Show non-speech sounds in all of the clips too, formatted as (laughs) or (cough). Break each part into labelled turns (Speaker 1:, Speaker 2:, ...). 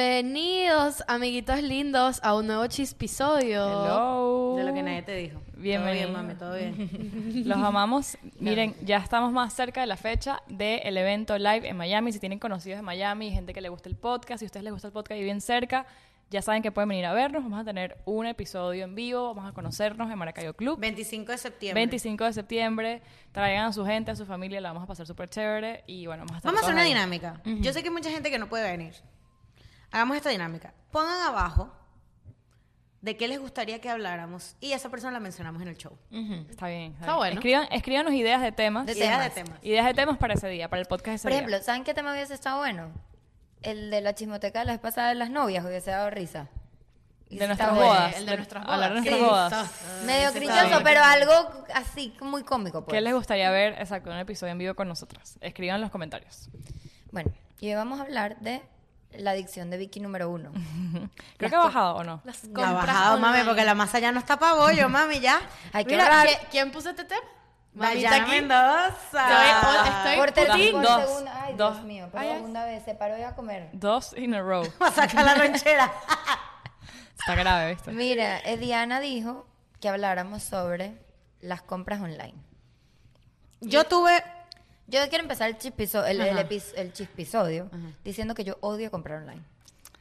Speaker 1: Bienvenidos, amiguitos lindos, a un nuevo chispisodio.
Speaker 2: Hello.
Speaker 3: De lo que nadie te dijo.
Speaker 2: Bienvenido.
Speaker 3: Todo bien, mami,
Speaker 2: (laughs)
Speaker 3: todo bien.
Speaker 2: Los amamos. Miren, ya estamos más cerca de la fecha del evento live en Miami. Si tienen conocidos de Miami y gente que le gusta el podcast, si a ustedes les gusta el podcast y bien cerca, ya saben que pueden venir a vernos. Vamos a tener un episodio en vivo, vamos a conocernos en Maracayo Club.
Speaker 3: 25 de septiembre.
Speaker 2: 25 de septiembre, traigan a su gente, a su familia, la vamos a pasar súper chévere y bueno, vamos a estar
Speaker 3: Vamos a hacer
Speaker 2: todos
Speaker 3: una
Speaker 2: ahí.
Speaker 3: dinámica. Yo sé que hay mucha gente que no puede venir. Hagamos esta dinámica. Pongan abajo de qué les gustaría que habláramos y a esa persona la mencionamos en el show.
Speaker 2: Ujú, Está bien.
Speaker 1: Está
Speaker 2: bien.
Speaker 1: bueno.
Speaker 2: Escriban, escríbanos ideas de temas.
Speaker 3: De
Speaker 2: ideas,
Speaker 3: temas. de temas.
Speaker 2: de temas para ese día, para el podcast de ese
Speaker 4: Por
Speaker 2: día.
Speaker 4: ejemplo, ¿saben qué tema hubiese estado bueno? El de la chismoteca de las pasadas de las novias hubiese dado risa. Y
Speaker 2: de
Speaker 4: sí está
Speaker 2: nuestras
Speaker 4: bueno.
Speaker 2: bodas.
Speaker 1: el de
Speaker 2: de-
Speaker 1: nuestras
Speaker 2: Hablar de
Speaker 1: bodas.
Speaker 2: nuestras
Speaker 4: Sí,
Speaker 2: bodas.
Speaker 4: Medio
Speaker 3: Ese
Speaker 4: crinchoso,
Speaker 3: está bueno.
Speaker 4: pero algo así muy cómico. Pues.
Speaker 2: ¿Qué les gustaría ver? Exacto, un episodio en vivo con nosotras. Escriban en los comentarios.
Speaker 4: Bueno, y hoy vamos a hablar de la adicción de Vicky número uno.
Speaker 2: Creo que ha bajado o no.
Speaker 1: Las
Speaker 3: La
Speaker 1: compras
Speaker 3: bajado, mami,
Speaker 1: online.
Speaker 3: porque la masa ya no está para bollo, mami, ya.
Speaker 4: Hay que
Speaker 1: Mira,
Speaker 4: ahorrar.
Speaker 1: ¿qui- ¿quién puso este tema? Mamita
Speaker 3: Dayana
Speaker 1: aquí.
Speaker 3: Mendoza.
Speaker 1: Estoy-
Speaker 4: Por tercera,
Speaker 2: Putin.
Speaker 4: por
Speaker 2: Dos,
Speaker 4: segunda. Ay,
Speaker 2: dos.
Speaker 4: Dios mío, por
Speaker 1: Ay, ay.
Speaker 4: segunda vez se paró y a comer.
Speaker 2: Dos in a row.
Speaker 3: (laughs) Va a sacar la lonchera.
Speaker 2: Está grave, ¿viste?
Speaker 4: Mira, eh, Diana dijo que habláramos sobre las compras online.
Speaker 3: Yo tuve...
Speaker 4: Yo quiero empezar el, chispiso, el, el epis- el chispisodio diciendo que yo odio comprar online.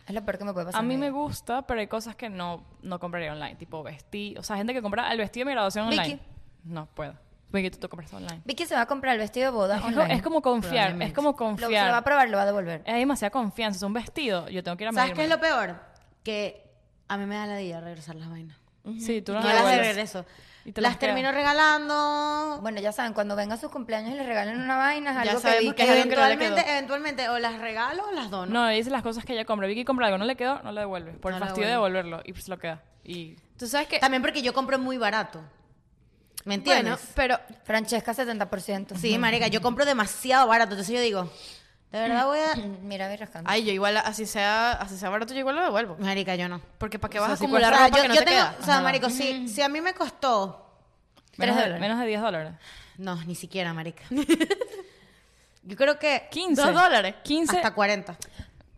Speaker 4: Es lo peor que me puede pasar.
Speaker 2: A
Speaker 4: en
Speaker 2: mí
Speaker 4: mi
Speaker 2: me
Speaker 4: vida.
Speaker 2: gusta, pero hay cosas que no, no compraría online. Tipo vestido. O sea, gente que compra el vestido de mi graduación
Speaker 4: Vicky.
Speaker 2: online. No puedo. Vicky, tú te compras online.
Speaker 4: Vicky se va a comprar el vestido de boda
Speaker 2: Es, como-
Speaker 4: online.
Speaker 2: es como confiar. Es como
Speaker 4: Lo, se va a
Speaker 2: confiar.
Speaker 4: probar, lo va a devolver.
Speaker 2: Hay demasiada confianza. Es un vestido. Yo tengo que ir a
Speaker 3: ¿Sabes qué es
Speaker 2: medirme.
Speaker 3: lo peor? Que a mí me da la idea regresar las vainas.
Speaker 2: Sí, tú
Speaker 3: No
Speaker 2: no
Speaker 3: las de
Speaker 2: devuelves.
Speaker 3: regreso.
Speaker 2: Y te
Speaker 3: Las
Speaker 2: las quedas.
Speaker 3: termino regalando.
Speaker 4: Bueno, ya saben, cuando venga sus cumpleaños y les regalen una vaina, es
Speaker 1: Ya
Speaker 4: algo que
Speaker 1: sabemos que
Speaker 4: vi que
Speaker 1: es algo que no le
Speaker 3: eventualmente, eventualmente, o las regalo o las dono.
Speaker 2: No, dice las cosas que ella compra. Vicky compra algo, no le quedó, no lo devuelve. Por
Speaker 3: No
Speaker 2: el
Speaker 3: lo
Speaker 2: fastidio de
Speaker 3: devuelve.
Speaker 2: devolverlo. Y pues lo queda. Y
Speaker 1: Tú sabes que...
Speaker 3: También porque yo compro muy barato. ¿Me entiendes?
Speaker 1: Bueno, pero...
Speaker 4: Francesca 70%.
Speaker 3: sí, marica, yo compro demasiado barato. Entonces yo digo, de verdad voy a...
Speaker 4: mm, Mira, ve rascando.
Speaker 1: Ay, yo igual, así sea, así sea barato, yo igual lo devuelvo.
Speaker 3: Marica, yo no.
Speaker 1: Porque ¿para qué
Speaker 2: O
Speaker 1: vas
Speaker 2: sea,
Speaker 1: a
Speaker 2: si
Speaker 1: acumular
Speaker 2: cuesta-
Speaker 1: ropa
Speaker 3: yo,
Speaker 1: que no
Speaker 3: yo
Speaker 1: te
Speaker 3: tengo,
Speaker 1: queda? Mm.
Speaker 3: o sea, marico, si, si a mí me costó...
Speaker 2: menos, de,
Speaker 4: dólares.
Speaker 2: menos de 10 dólares.
Speaker 3: No, ni siquiera, marica.
Speaker 1: (laughs)
Speaker 3: Yo creo que
Speaker 2: 15.
Speaker 1: Dos dólares.
Speaker 2: 15.
Speaker 3: hasta 40.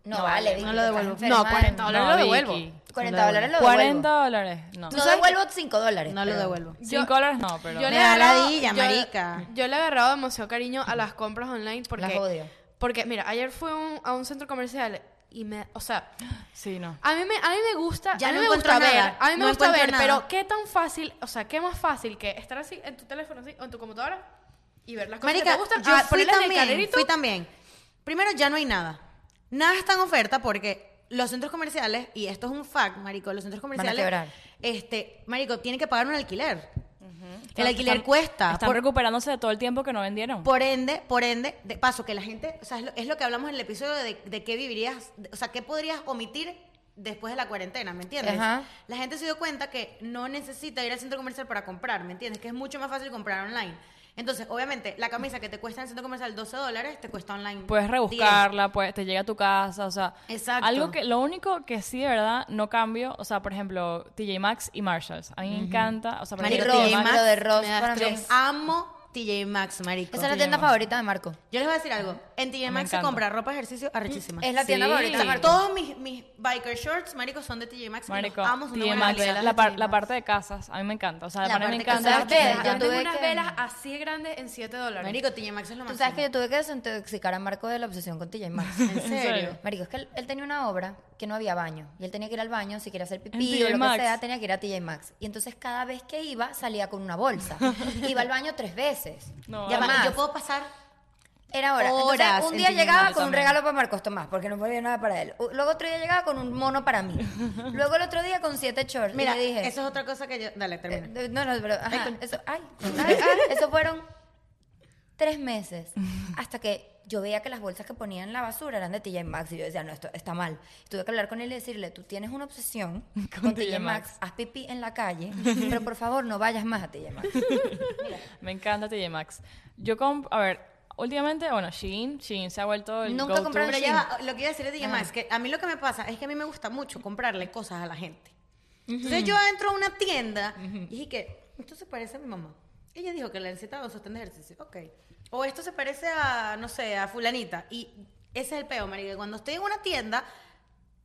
Speaker 4: No, vale, Vicky.
Speaker 1: no lo
Speaker 4: estás
Speaker 1: devuelvo.
Speaker 4: enferma.
Speaker 1: No, 40 dólares. lo devuelvo.
Speaker 4: 40 dólares lo
Speaker 2: 40 dólares, no.
Speaker 4: No devuelvo 5 dólares.
Speaker 3: No lo
Speaker 4: perdón.
Speaker 3: devuelvo.
Speaker 2: 5 dólares no, pero...
Speaker 1: Yo
Speaker 3: Me
Speaker 1: le he
Speaker 3: da
Speaker 1: agarrado-
Speaker 3: ladilla,
Speaker 1: yo-
Speaker 3: marica.
Speaker 1: Yo le he agarrado demasiado cariño a las compras online porque...
Speaker 4: Las odio.
Speaker 1: Porque, mira, ayer fui a un- a un centro comercial y me... O sea,
Speaker 2: Sí, no.
Speaker 1: A mí me, a mí me gusta,
Speaker 3: Ya
Speaker 1: a mí
Speaker 3: no
Speaker 1: me gusta
Speaker 3: encuentro
Speaker 1: ver,
Speaker 3: nada,
Speaker 1: a mí me
Speaker 3: no
Speaker 1: gusta ver,
Speaker 3: encuentro nada.
Speaker 1: pero qué tan fácil, o sea, qué más fácil que estar así en tu teléfono así, o en tu computadora y ver las cosas que
Speaker 3: Marica,
Speaker 1: te gustan,
Speaker 3: yo
Speaker 1: a
Speaker 3: fui
Speaker 1: ponerlas en el
Speaker 3: también,
Speaker 1: carrerito.
Speaker 3: fui también. Primero, ya no hay nada. Nada está en oferta porque los centros comerciales, y esto es un fact, marico, los centros comerciales...
Speaker 4: quebrar.
Speaker 3: Este, marico, tienen que pagar un alquiler. El
Speaker 2: Están-
Speaker 3: alquiler
Speaker 2: están-
Speaker 3: cuesta.
Speaker 2: Están
Speaker 3: por,
Speaker 2: recuperándose de todo el tiempo que no vendieron.
Speaker 3: por ende, por ende, de paso, que la gente... O sea, es lo, es lo que hablamos en el episodio de, de qué vivirías... de- o sea, qué podrías omitir después de la cuarentena, ¿me entiendes?
Speaker 4: Ajá.
Speaker 3: La gente se dio cuenta que no necesita ir al centro comercial para comprar, ¿me entiendes? Que es mucho más fácil comprar online. Entonces, obviamente, la camisa que te cuesta en el centro comercial 12 dólares, te cuesta online.
Speaker 2: Puedes
Speaker 3: 10.
Speaker 2: rebuscarla, puedes, te llega a tu casa, o sea...
Speaker 3: Exacto.
Speaker 2: Algo que... Lo único que sí, de verdad, no cambio, o sea, por ejemplo, TJ Maxx y Marshalls. A mí me encanta, o sea... por
Speaker 4: Marico,
Speaker 2: ejemplo,
Speaker 4: TJ Maxx, lo de Ross
Speaker 3: me das
Speaker 4: para mí
Speaker 3: tres.
Speaker 4: es-
Speaker 3: Amo TJ Maxx, marico.
Speaker 4: Esa es la tienda favorita de Marco.
Speaker 3: Yo les voy a decir algo. En TJ Maxx se
Speaker 2: encanta.
Speaker 3: compra ropa, ejercicio, arrechísima.
Speaker 4: Es la tienda
Speaker 2: Sí.
Speaker 4: favorita de
Speaker 2: Sí.
Speaker 4: Marco.
Speaker 3: Todos mis, mis biker shorts, marico, son de TJ Maxx. y
Speaker 2: Marico,
Speaker 3: los amo, son de
Speaker 2: TJ
Speaker 3: buena
Speaker 2: Maxx,
Speaker 3: calidad.
Speaker 2: la, par- la parte de casas, a mí me encanta, o sea,
Speaker 3: La
Speaker 2: a mí me
Speaker 3: parte de
Speaker 2: encanta...
Speaker 4: casas,
Speaker 2: las
Speaker 4: ¿sabes
Speaker 2: tiendas
Speaker 1: Yo
Speaker 4: qué? Yo
Speaker 2: grandes.
Speaker 1: tengo
Speaker 4: tuve
Speaker 1: unas
Speaker 4: que-
Speaker 1: velas así de grandes en 7 dólares.
Speaker 3: Marico, TJ Maxx es lo más.
Speaker 4: Tú sabes que yo tuve que desintoxicar a Marco de la obsesión con TJ Maxx.
Speaker 3: (laughs)
Speaker 4: (laughs)
Speaker 3: ¿En serio?
Speaker 4: Marico, es que él, él tenía una obra que no había baño. Y él tenía que ir al baño, si quería hacer pipí
Speaker 2: TJ
Speaker 4: o lo
Speaker 2: Maxx.
Speaker 4: que sea, tenía que ir a TJ Maxx. Y entonces cada vez que iba, salía con una bolsa. iba al baño tres veces.
Speaker 2: No,
Speaker 4: ya
Speaker 3: Ya va,
Speaker 4: más.
Speaker 3: yo puedo pasar.
Speaker 4: Era hora. Entonces,
Speaker 3: horas
Speaker 4: un
Speaker 3: en
Speaker 4: día
Speaker 3: TJ
Speaker 4: llegaba
Speaker 2: Maxx
Speaker 4: con un
Speaker 2: también.
Speaker 4: regalo para Marcos Tomás, porque no podía nada para él. U- Luego otro día llegaba con un mono para mí. Luego el otro día con siete shorts.
Speaker 3: Mira,
Speaker 4: y le dije,
Speaker 3: eso es otra cosa que yo. Dale, termina.
Speaker 4: eh, No, no, pero ajá, eso, ay, ay, ay, eso fueron tres meses hasta que yo veía que las bolsas que ponían en la basura eran de TJ Maxx y yo decía, no, esto está mal. Tuve que hablar con él y decirle, tú tienes una obsesión con, TJ Maxx, haz pipí en la calle, pero por favor no vayas más a TJ Maxx.
Speaker 2: Me encanta TJ Maxx. Yo compro... A ver, últimamente, bueno, Shein, Shein se ha vuelto el
Speaker 4: Nunca
Speaker 2: go-to.
Speaker 4: compré en
Speaker 3: Pero
Speaker 4: Shein.
Speaker 3: ya, va, lo que iba a decir de TJ Maxx, que a mí lo que me pasa es que a mí me gusta mucho comprarle cosas a la gente. Entonces yo entro a una tienda y dije que esto se parece a mi mamá. Ella dijo que le necesitaba un sostén de ejercicio. Ok. O esto se parece a, no sé, a fulanita. Y ese es el peo, marica. Cuando estoy en una tienda,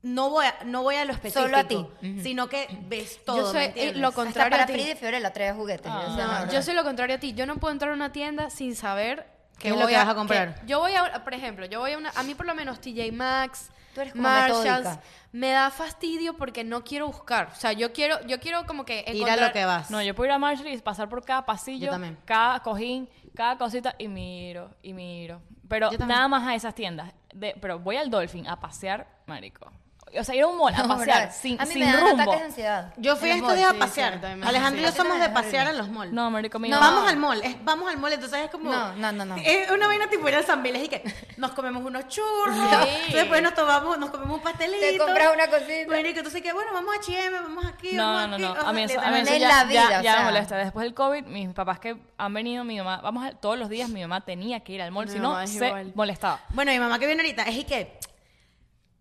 Speaker 3: no voy a, no voy a lo específico.
Speaker 4: Solo a ti.
Speaker 3: Sino que ves todo.
Speaker 1: soy,
Speaker 3: ¿me
Speaker 1: eh,
Speaker 3: entiendes?
Speaker 1: lo con-
Speaker 4: Hasta
Speaker 1: contrario
Speaker 4: para
Speaker 1: a ti.
Speaker 4: Frida y Fiorella trae juguetes.
Speaker 2: Ah.
Speaker 4: o sea,
Speaker 1: No,
Speaker 4: no, no.
Speaker 1: yo soy lo contrario a ti. Yo no puedo entrar a una tienda sin saber
Speaker 3: ¿Qué es lo que vas a comprar?
Speaker 1: que- yo voy a, por ejemplo, yo voy a una, a mí por lo menos TJ Maxx,
Speaker 4: Tú eres como
Speaker 1: Marshalls,
Speaker 4: metódica.
Speaker 1: me da fastidio porque no quiero buscar. O sea, yo quiero, yo quiero como que
Speaker 3: Ir a lo
Speaker 1: encontrar-
Speaker 3: que vas.
Speaker 2: No, yo puedo ir a Marshall y pasar por cada pasillo,
Speaker 3: Yo también.
Speaker 2: cada cojín, cada cosita y miro, y miro. Pero
Speaker 3: Yo también.
Speaker 2: nada más a esas tiendas. De- pero voy al Dolphin a pasear, marico. O sea, ir a un
Speaker 4: (laughs)
Speaker 2: mall a
Speaker 4: No,
Speaker 2: pasear
Speaker 4: brother.
Speaker 2: sin,
Speaker 4: a mí
Speaker 2: sin
Speaker 4: me dan
Speaker 2: rumbo.
Speaker 4: ataques de ansiedad.
Speaker 3: Yo fui
Speaker 1: En los
Speaker 3: estos días a
Speaker 1: malls, sí,
Speaker 3: pasear.
Speaker 1: sí, también,
Speaker 3: Alejandro y yo
Speaker 4: sí.
Speaker 3: somos de
Speaker 4: Eso no es
Speaker 3: pasear en los malls.
Speaker 2: No, marico, mío.
Speaker 4: No.
Speaker 3: Vamos al mall, es- vamos al mall, entonces es como.
Speaker 4: No, no, no, no.
Speaker 3: Es una vaina tipo ir al San Vélez y que nos comemos unos churros,
Speaker 1: Sí.
Speaker 3: después nos tomamos, nos comemos un pastelito.
Speaker 4: Te compras una cosita.
Speaker 3: Bueno, y que entonces que bueno, vamos a H&M, vamos aquí,
Speaker 2: No,
Speaker 3: vamos
Speaker 2: no,
Speaker 3: aquí.
Speaker 2: no,
Speaker 3: o sea,
Speaker 2: A mí eso, a mí
Speaker 3: literalmente-
Speaker 2: eso
Speaker 4: en
Speaker 2: ya,
Speaker 4: la vida,
Speaker 2: ya-
Speaker 4: o
Speaker 2: ya me
Speaker 4: sea.
Speaker 2: molesta. Después del COVID, mis papás que han venido, mi mamá, vamos a- todos los días, mi mamá tenía que ir al mall,
Speaker 1: Mi
Speaker 2: si no,
Speaker 1: mamá es
Speaker 2: se
Speaker 1: igual.
Speaker 2: molestaba.
Speaker 3: Bueno, mi mamá que viene ahorita, es y que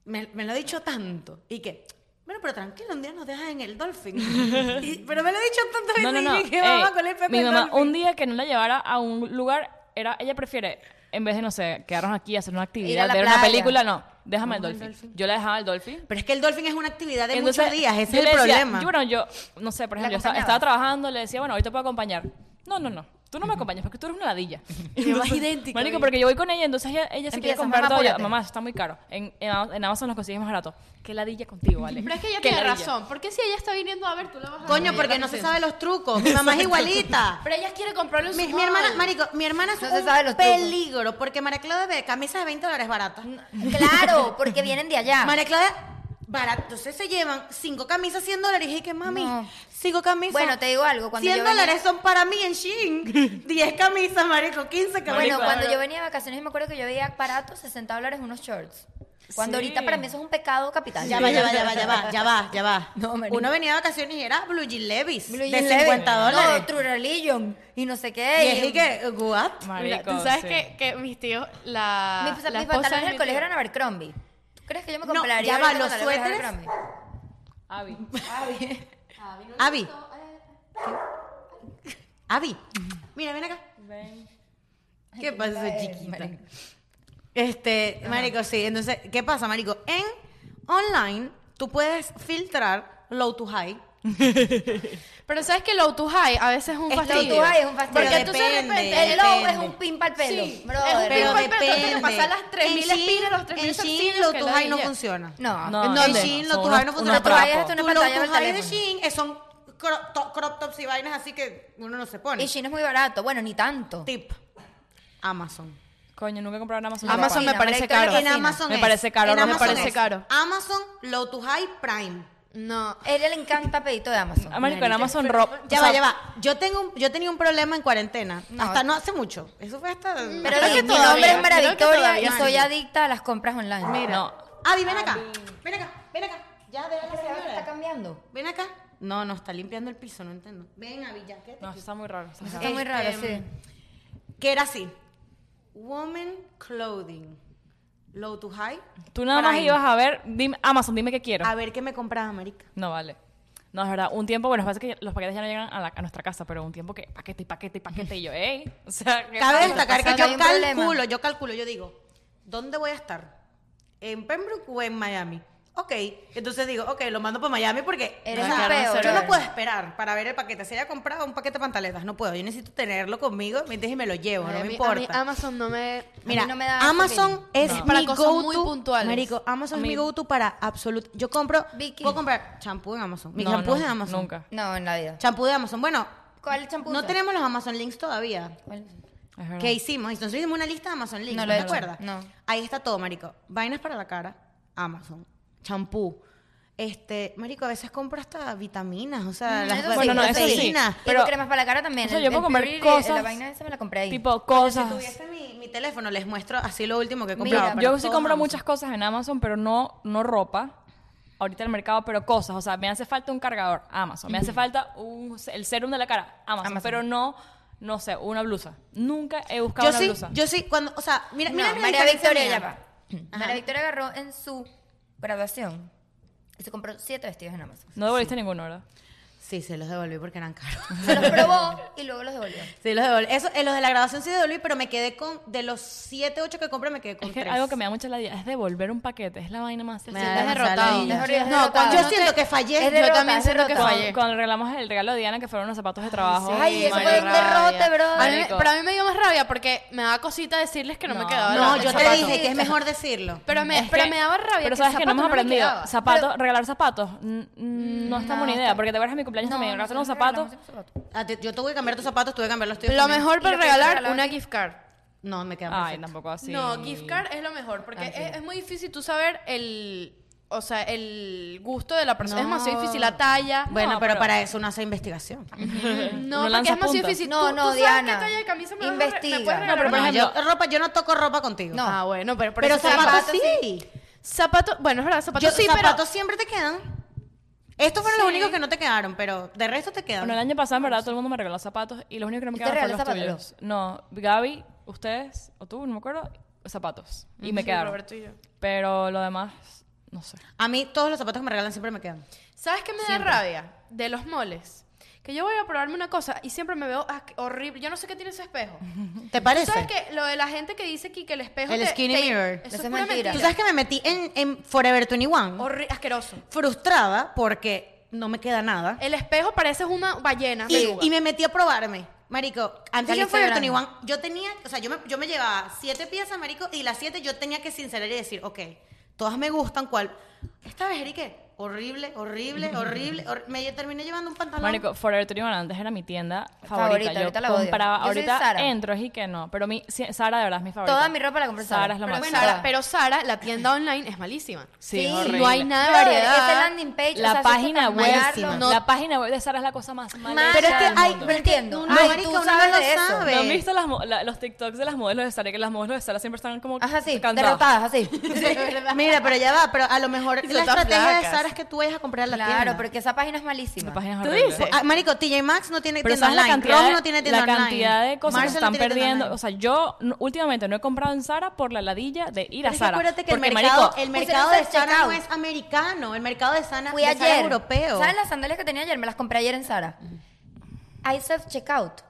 Speaker 3: me, me lo ha dicho tanto. Y que, bueno, pero tranquilo, un día nos dejas en
Speaker 2: (laughs)
Speaker 3: el Dolphin. Y- pero me lo ha dicho tanto
Speaker 2: No, no,
Speaker 3: veces,
Speaker 2: no.
Speaker 3: y que
Speaker 2: Ey,
Speaker 3: mamá con el Pepe
Speaker 2: mi
Speaker 3: el
Speaker 2: mamá,
Speaker 3: Dolphin.
Speaker 2: un día que no la llevara a un lugar, era, ella prefiere, en vez de, no sé, quedarnos aquí, hacer una actividad,
Speaker 4: la
Speaker 2: ver una
Speaker 4: playa.
Speaker 2: película, no, déjame el dolphin. Yo la dejaba al dolphin.
Speaker 3: Pero es que el Dolphin es una actividad de
Speaker 2: Entonces,
Speaker 3: muchos días, ese
Speaker 2: yo
Speaker 3: es el
Speaker 2: le decía-
Speaker 3: problema.
Speaker 2: Yo, bueno, yo, no sé, por
Speaker 4: ¿La
Speaker 2: ejemplo, yo estaba,
Speaker 4: acompañabas?
Speaker 2: estaba trabajando, le decía, bueno, ahorita puedo acompañar. No, no, no. Tú no me acompañas porque tú eres una ladilla.
Speaker 1: vas idéntica,
Speaker 2: Marico,
Speaker 1: oye.
Speaker 2: porque yo voy con ella, entonces ella, ella se quiere
Speaker 4: Empieza,
Speaker 2: comprar
Speaker 4: mamá,
Speaker 2: todo. Yo,
Speaker 4: apúrate.
Speaker 2: mamá, eso está muy caro. En, en Ama- en Amazon los consigues más barato. Qué ladilla contigo, vale.
Speaker 1: Pero es que ella
Speaker 2: Qué
Speaker 1: tiene
Speaker 2: ladilla.
Speaker 1: razón. ¿Por qué si ella está viniendo a ver, tú la vas a
Speaker 3: Coño, porque no se sabe los trucos.
Speaker 2: (laughs)
Speaker 3: Mi mamá es igualita.
Speaker 1: Pero ella quiere comprarle un
Speaker 3: Mi, mi hermana, marico, mi hermana es
Speaker 4: No se
Speaker 3: un
Speaker 4: sabe los trucos.
Speaker 3: peligro porque María Claudia ve camisas de 20 dólares baratas. Ah.
Speaker 4: Claro, porque vienen
Speaker 3: (laughs)
Speaker 4: de allá.
Speaker 3: María Claudia, barato. Entonces se llevan cinco camisas 100 dólares. Y dije que mami,
Speaker 4: No.
Speaker 3: cinco camisas.
Speaker 4: Bueno, te digo algo, cuando
Speaker 3: 100
Speaker 4: yo venía-
Speaker 3: dólares son para mí en
Speaker 4: (laughs)
Speaker 3: Shein. 10 camisas, marico, 15 camisas.
Speaker 4: Bueno,
Speaker 2: Marico,
Speaker 4: cuando
Speaker 2: ahora-
Speaker 4: yo venía de vacaciones me acuerdo que yo veía aparatos 60 dólares unos shorts. Cuando
Speaker 2: Sí.
Speaker 4: ahorita para mí eso es un pecado capital.
Speaker 3: Ya va, ya va, ya va, ya va, ya va, ya va.
Speaker 4: (laughs) No, marico.
Speaker 3: Uno venía de vacaciones y era Blue Jean Levis.
Speaker 4: Blue
Speaker 3: de
Speaker 4: Jean
Speaker 3: 50
Speaker 4: Level.
Speaker 3: dólares.
Speaker 4: No, True Religion y no sé
Speaker 3: y
Speaker 4: qué.
Speaker 3: dije que, what?
Speaker 1: Mira,
Speaker 2: Marico,
Speaker 1: tú sabes
Speaker 2: sí.
Speaker 1: que, que mis tíos, la.
Speaker 4: mis,
Speaker 1: la
Speaker 4: mis
Speaker 1: esposa
Speaker 4: pantalones
Speaker 1: de
Speaker 4: del
Speaker 1: mi
Speaker 4: colegio
Speaker 1: tío-
Speaker 4: eran Abercrombie. ¿Tú crees que yo me
Speaker 3: No,
Speaker 4: compraría
Speaker 3: ya va,
Speaker 4: ahorita
Speaker 3: los
Speaker 4: pantalones de
Speaker 3: suéteres.
Speaker 4: Abercrombie?
Speaker 2: Abby.
Speaker 3: Abby. Abby. Mira, ven acá.
Speaker 2: Ven.
Speaker 3: ¿Qué pasa,
Speaker 4: Eh,
Speaker 3: chiquita?
Speaker 4: marico.
Speaker 3: Este, marico, sí. Entonces, ¿qué pasa, marico? En online, tú puedes filtrar low to high.
Speaker 1: Pero sabes que low to high a veces es un
Speaker 3: Es low to
Speaker 1: fastidio.
Speaker 4: high, es un fastidio.
Speaker 1: Porque tú de
Speaker 3: Depende,
Speaker 1: repente.
Speaker 4: El low
Speaker 3: Depende.
Speaker 4: es un pin para el pelo.
Speaker 1: Sí,
Speaker 4: brother.
Speaker 1: es un pin pa'l
Speaker 3: Pero
Speaker 1: pelo, entonces te
Speaker 3: depende.
Speaker 1: pasas las 3.000
Speaker 3: En Shein-
Speaker 1: espinas, los 3.000
Speaker 3: en Shein,
Speaker 1: espinas
Speaker 3: low
Speaker 1: que
Speaker 3: to
Speaker 1: la
Speaker 3: high no
Speaker 1: dije.
Speaker 3: funciona.
Speaker 4: No,
Speaker 2: No,
Speaker 4: ¿en
Speaker 2: no,
Speaker 3: En
Speaker 4: dónde?
Speaker 3: Shein,
Speaker 2: Son
Speaker 3: low to
Speaker 2: unos-
Speaker 3: high no
Speaker 2: unos
Speaker 3: funciona.
Speaker 4: trapos. Tú
Speaker 3: Tu
Speaker 4: traías una
Speaker 3: low
Speaker 4: pantalla
Speaker 3: to
Speaker 4: del
Speaker 3: high de
Speaker 4: teléfono.
Speaker 3: Shein eh, son cro- to- crop tops y vainas así que uno no se pone.
Speaker 4: Y Shein es muy barato. Bueno, ni tanto.
Speaker 3: Tip. Amazon.
Speaker 2: Coño, nunca compraron Amazon.
Speaker 1: Amazon
Speaker 4: Fascina,
Speaker 1: me parece
Speaker 4: marica,
Speaker 1: caro.
Speaker 4: le
Speaker 3: En
Speaker 4: fascina.
Speaker 3: Amazon
Speaker 2: Me
Speaker 3: es.
Speaker 2: parece caro,
Speaker 3: En
Speaker 2: no me
Speaker 3: Amazon
Speaker 2: parece
Speaker 3: es.
Speaker 1: caro.
Speaker 3: Amazon Low to High Prime.
Speaker 1: No.
Speaker 4: A ella le encanta pedito de Amazon.
Speaker 2: Ah, Marico, en Amazon ropa.
Speaker 3: Ya va, ya va. Yo tengo un- yo tenía un problema en cuarentena.
Speaker 4: No.
Speaker 3: Hasta no hace mucho. Eso fue hasta.
Speaker 4: Pero
Speaker 1: Creo
Speaker 4: di,
Speaker 1: que
Speaker 4: mi
Speaker 1: todavía,
Speaker 4: nombre es Mara
Speaker 1: creo que
Speaker 4: Victoria y
Speaker 1: todavía.
Speaker 4: soy adicta a las compras online.
Speaker 2: No,
Speaker 3: Avi, Ah, ven acá. Ven acá, ven acá. Ya, deja la
Speaker 4: está
Speaker 3: señora.
Speaker 4: cambiando.
Speaker 3: Ven acá. No, no, está limpiando el piso, no entiendo. Ven, Avi, ya. quédate
Speaker 2: no,
Speaker 3: aquí.
Speaker 2: está muy raro. está muy
Speaker 4: Eso
Speaker 2: raro.
Speaker 4: está muy
Speaker 3: Este,
Speaker 4: raro, sí.
Speaker 3: Que era así. Woman clothing. Low to high.
Speaker 2: Tú nada más
Speaker 3: Prime.
Speaker 2: ibas a ver, dime, Amazon, dime qué quiero.
Speaker 3: A ver qué me compraba, marica.
Speaker 2: No vale. No, es verdad. Un tiempo, bueno, pasa que los paquetes ya no llegan a, la- a nuestra casa, pero un tiempo que paquete y paquete y paquete y yo, ¡ey! O sea, ¿qué
Speaker 3: Cabe
Speaker 2: pasa?
Speaker 3: destacar que
Speaker 4: pasando, hay
Speaker 3: yo
Speaker 4: un problema.
Speaker 3: calculo, yo calculo, yo digo, ¿dónde voy a estar? ¿En Pembroke o en Miami? Ok, entonces digo, ok, lo mando para Miami porque
Speaker 4: Eres
Speaker 1: un peo,
Speaker 3: yo no
Speaker 4: brother.
Speaker 3: puedo esperar para ver el paquete. Si haya comprado un paquete de pantaletas, no puedo. Yo necesito tenerlo conmigo, me entiendes? y me lo llevo,
Speaker 1: A
Speaker 3: no
Speaker 1: mí- A
Speaker 3: me
Speaker 1: mí
Speaker 3: importa.
Speaker 1: Amazon no me.
Speaker 3: Mira,
Speaker 4: a mí no me da ese
Speaker 3: Amazon es
Speaker 1: No.
Speaker 3: mi
Speaker 1: Para cosas
Speaker 3: go-to.
Speaker 1: muy puntuales.
Speaker 3: Marico, Amazon
Speaker 2: A
Speaker 3: es
Speaker 2: mí-
Speaker 3: mi go-to para absoluto. Yo compro,
Speaker 4: Vicky.
Speaker 3: puedo comprar champú en Amazon. Mi
Speaker 2: No,
Speaker 3: champú
Speaker 2: no,
Speaker 3: es de Amazon.
Speaker 2: Nunca.
Speaker 4: No, en la vida.
Speaker 3: Champú de Amazon. Bueno,
Speaker 4: ¿Cuál champú?
Speaker 3: no
Speaker 4: usas?
Speaker 3: tenemos los Amazon Links todavía.
Speaker 4: ¿Cuál?
Speaker 2: Es verdad.
Speaker 3: ¿Qué hicimos? Entonces hicimos una lista de Amazon Links,
Speaker 4: No
Speaker 3: ¿no,
Speaker 4: lo he
Speaker 3: te
Speaker 4: hecho,
Speaker 3: acuerdas?
Speaker 4: no.
Speaker 3: Ahí está todo, marico. Vainas para la cara, Amazon. Champú. Este, marico, a veces compro hasta vitaminas, o sea,
Speaker 4: Mm,
Speaker 3: las
Speaker 4: eso sí,
Speaker 2: Bueno, no,
Speaker 4: eso sí.
Speaker 3: proteínas.
Speaker 4: Y
Speaker 2: Pero-
Speaker 4: cremas para la cara también.
Speaker 2: O sea,
Speaker 4: El-
Speaker 2: yo puedo
Speaker 4: el
Speaker 2: comer
Speaker 4: Purell y La
Speaker 2: cosas,
Speaker 4: vaina esa me la compré ahí.
Speaker 2: Tipo
Speaker 3: Si
Speaker 2: cosas.
Speaker 3: tuviese mi, mi teléfono, les muestro así lo último que he
Speaker 4: Mira,
Speaker 3: comprado. pero
Speaker 2: Yo sí
Speaker 3: todo
Speaker 2: compro
Speaker 3: Amazon.
Speaker 2: muchas cosas en Amazon, pero no, no ropa. Ahorita en el mercado, pero cosas. O sea, me hace falta un cargador, Amazon. Me hace falta un, el serum de la cara, Amazon.
Speaker 4: Amazon.
Speaker 2: Pero no, no sé, una blusa. Nunca he buscado
Speaker 3: Yo
Speaker 2: una
Speaker 3: sí,
Speaker 2: blusa.
Speaker 3: yo sí, cuando, o sea, mira,
Speaker 4: No,
Speaker 3: mira la
Speaker 4: María
Speaker 3: diferencia
Speaker 4: Victoria ya
Speaker 3: mía.
Speaker 4: va. María Victoria agarró en su graduación y se compró siete vestidos en Amazon.
Speaker 2: No devolviste ninguno, ¿verdad?
Speaker 3: Sí, se los devolví porque eran caros. (laughs)
Speaker 4: Se los probó y luego los devolvió.
Speaker 3: Sí, los devolví. Eso, eh, los de la graduación sí devolví, pero me quedé con. De los 7, 8 que compré, me quedé con.
Speaker 2: Es que
Speaker 3: tres.
Speaker 2: algo que me da mucha ladilla es devolver un paquete. Es la vaina más...
Speaker 3: Me
Speaker 2: Sí,
Speaker 3: da
Speaker 2: la-
Speaker 1: sientes
Speaker 3: demasiada
Speaker 1: derrotado.
Speaker 3: ladilla.
Speaker 1: Mejor
Speaker 4: eres
Speaker 1: No,
Speaker 4: derrotado.
Speaker 1: cuando-
Speaker 3: Yo
Speaker 4: no te-
Speaker 3: siento que fallé.
Speaker 4: es
Speaker 3: yo-
Speaker 1: Yo
Speaker 4: derrota,
Speaker 1: también
Speaker 4: es
Speaker 1: siento que
Speaker 4: derrota.
Speaker 1: fallé.
Speaker 2: Cuando regalamos el regalo de Diana, que fueron unos zapatos de trabajo.
Speaker 4: Ay, eso
Speaker 1: me
Speaker 4: fue
Speaker 1: dio
Speaker 4: un
Speaker 1: rabia.
Speaker 4: derrote, bro.
Speaker 1: A mí me-
Speaker 2: Marico.
Speaker 1: pero a mí me dio más rabia porque me daba cosita decirles que no, me
Speaker 2: No,
Speaker 1: quedaba.
Speaker 3: No,
Speaker 1: el
Speaker 3: yo te
Speaker 1: zapato.
Speaker 3: dije que es mejor decirlo.
Speaker 1: Pero me,
Speaker 2: Es
Speaker 1: pero
Speaker 2: que-
Speaker 1: me daba rabia.
Speaker 2: Pero
Speaker 1: que
Speaker 2: sabes
Speaker 1: el
Speaker 2: que no hemos
Speaker 1: zapato me
Speaker 2: aprendido.
Speaker 1: quedaba.
Speaker 2: Zapatos, regalar zapatos. mm, mm, No es tan
Speaker 4: No,
Speaker 2: buena idea.
Speaker 4: está-
Speaker 2: Porque te acuerdas a mi cumpleaños
Speaker 4: No,
Speaker 2: también.
Speaker 4: no,
Speaker 2: Regalaste
Speaker 4: no
Speaker 2: unos
Speaker 4: te regalamos
Speaker 2: zapatos.
Speaker 4: esos zapatos.
Speaker 3: Ah, te- yo tuve que cambiar tus zapatos, tuve que cambiar los tuyos.
Speaker 1: Lo
Speaker 3: también.
Speaker 1: mejor
Speaker 4: Y
Speaker 1: para
Speaker 4: lo que te
Speaker 1: regalar
Speaker 4: regalaban
Speaker 1: una
Speaker 4: que-
Speaker 1: gift card.
Speaker 3: No, me queda
Speaker 2: Ay,
Speaker 3: perfecto.
Speaker 2: tampoco así.
Speaker 1: No, gift card es lo mejor porque
Speaker 3: Ah, sí.
Speaker 1: es, es muy difícil tú saber el, o sea, el gusto de la persona.
Speaker 3: No.
Speaker 1: Es demasiado difícil la talla.
Speaker 3: Bueno,
Speaker 2: No,
Speaker 3: pero,
Speaker 2: pero-
Speaker 3: para eso no hace investigación.
Speaker 1: No,
Speaker 2: No
Speaker 1: porque
Speaker 2: Mm. lanza
Speaker 1: es más
Speaker 2: puntas.
Speaker 1: difícil.
Speaker 4: No,
Speaker 1: Tú-
Speaker 4: no,
Speaker 1: tú
Speaker 4: Diana.
Speaker 1: Sabes qué talla de camisa me vas a re-
Speaker 4: Investiga.
Speaker 1: me puedes
Speaker 4: No,
Speaker 1: regalar
Speaker 2: pero por
Speaker 1: una?
Speaker 3: No,
Speaker 2: ejemplo-
Speaker 3: yo, ropa, yo no toco ropa contigo.
Speaker 4: No.
Speaker 1: Ah, bueno, pero por
Speaker 3: pero
Speaker 1: eso
Speaker 3: zapatos,
Speaker 4: zapatos
Speaker 3: sí.
Speaker 1: zapato- bueno, es verdad, zapatos
Speaker 3: Yo-
Speaker 1: sí,
Speaker 3: zapatos
Speaker 1: pero
Speaker 3: siempre te quedan. Estos fueron los únicos que no te quedaron, pero de resto te quedan.
Speaker 2: Bueno, el año pasado, en verdad, todo el mundo me regaló zapatos. Y los únicos que no me
Speaker 4: ¿Y te
Speaker 2: quedaron fueron los
Speaker 4: regaló
Speaker 2: tuyos. No, Gaby, ustedes, o tú, no me acuerdo, zapatos. Y me
Speaker 1: Sí,
Speaker 2: quedaron.
Speaker 1: Roberto y yo.
Speaker 2: Pero lo demás, no sé.
Speaker 3: A mí todos los zapatos que me regalan siempre me quedan.
Speaker 1: ¿Sabes qué me da rabia de los moles? Que yo voy a probarme una cosa y siempre me veo ah, qué horrible. Yo no sé qué tiene ese espejo.
Speaker 3: ¿Te
Speaker 1: ¿Tú
Speaker 3: parece?
Speaker 1: sabes que lo de la gente que dice que, que el espejo
Speaker 3: El
Speaker 1: te-
Speaker 3: skinny
Speaker 1: te-
Speaker 3: mirror.
Speaker 1: Eso
Speaker 4: Eso
Speaker 1: es
Speaker 4: es
Speaker 1: pura mentira.
Speaker 4: mentira.
Speaker 3: Tú sabes que me metí en, en Forever 21
Speaker 1: Horri- asqueroso.
Speaker 3: frustrada porque no me queda nada.
Speaker 1: El espejo parece una
Speaker 2: Ah,
Speaker 1: ballena.
Speaker 3: Y,
Speaker 1: peluda.
Speaker 3: y me metí a probarme. Marico, antes yo en
Speaker 4: Saliste
Speaker 3: Forever
Speaker 4: llorando.
Speaker 3: 21, yo tenía, o sea, yo me, yo me llevaba siete piezas, marico, y las siete yo tenía que sincerar y decir, ok, todas me gustan, ¿cuál? Esta vez, Erique, horrible,
Speaker 2: (laughs)
Speaker 3: horrible, horrible, hor- me lle- terminé llevando un pantalón.
Speaker 2: Marico, Forever 21 antes era mi tienda favorita.
Speaker 4: Favorita,
Speaker 2: Yo
Speaker 4: ahorita la odio.
Speaker 2: compraba,
Speaker 4: Yo soy
Speaker 2: ahorita
Speaker 4: Sara.
Speaker 2: entro, es y que no. Pero mi, sí, Sara, de verdad, es mi favorita.
Speaker 4: Toda mi ropa la compré en Sara.
Speaker 2: Sara. es lo
Speaker 1: pero,
Speaker 2: más.
Speaker 4: bueno,
Speaker 1: Sara,
Speaker 4: Sara.
Speaker 1: pero Sara, la tienda online es malísima.
Speaker 2: Sí,
Speaker 4: Sí.
Speaker 2: es horrible.
Speaker 1: No hay nada de
Speaker 4: Brother,
Speaker 1: variedad.
Speaker 4: Ese landing page,
Speaker 2: La
Speaker 4: o sea,
Speaker 2: página
Speaker 4: eso es
Speaker 2: web,
Speaker 4: malarlo.
Speaker 3: No.
Speaker 2: la página web de Sara es la cosa más mala.
Speaker 4: Más
Speaker 3: Pero es que
Speaker 4: del
Speaker 3: hay- pero
Speaker 4: mundo. no
Speaker 3: es que
Speaker 4: entiendo.
Speaker 3: uno,
Speaker 4: Ay,
Speaker 3: marica,
Speaker 4: tú
Speaker 3: uno
Speaker 4: sabes
Speaker 3: no
Speaker 4: de eso.
Speaker 3: sabe.
Speaker 2: ¿No han visto las mo- la- los TikToks de las modelos de Sara? Que las modelos de Sara siempre están como
Speaker 4: Ajá, sí,
Speaker 2: cansadas.
Speaker 4: derrotadas, así.
Speaker 3: (laughs) Mira, pero ya va, pero a lo mejor
Speaker 1: son
Speaker 3: la
Speaker 1: todas
Speaker 3: estrategia de
Speaker 1: flacas.
Speaker 3: Sara es que tú vayas a comprar a la
Speaker 4: Claro,
Speaker 3: tienda.
Speaker 4: porque esa página es
Speaker 2: La
Speaker 4: malísima.
Speaker 2: página es
Speaker 1: ¿Tú
Speaker 2: horrible.
Speaker 1: dices?
Speaker 3: Ah, marico, TJ Maxx no tiene
Speaker 2: Pero
Speaker 3: tienda
Speaker 2: sabes la
Speaker 3: online,
Speaker 2: cantidad,
Speaker 3: Ross
Speaker 2: de-
Speaker 3: no tiene tienda
Speaker 2: la
Speaker 3: online.
Speaker 2: cantidad de cosas
Speaker 3: Marshall
Speaker 2: que
Speaker 3: no
Speaker 2: están
Speaker 3: tiene tienda
Speaker 2: perdiendo.
Speaker 3: online.
Speaker 2: O sea, yo no- últimamente no he comprado en Sara por la ladilla de ir a
Speaker 3: Pero es que
Speaker 2: Sara.
Speaker 3: acuérdate que el
Speaker 2: Porque,
Speaker 3: mercado,
Speaker 2: marico,
Speaker 3: el
Speaker 4: pusieron
Speaker 3: mercado de
Speaker 4: self-checkout.
Speaker 3: Sara no es americano, el mercado de Sara,
Speaker 4: Fui
Speaker 3: de Sara
Speaker 4: ayer.
Speaker 3: es europeo.
Speaker 4: ¿Sabes las sandalias que tenía ayer? Me las compré ayer en Sara. Hay self-checkout.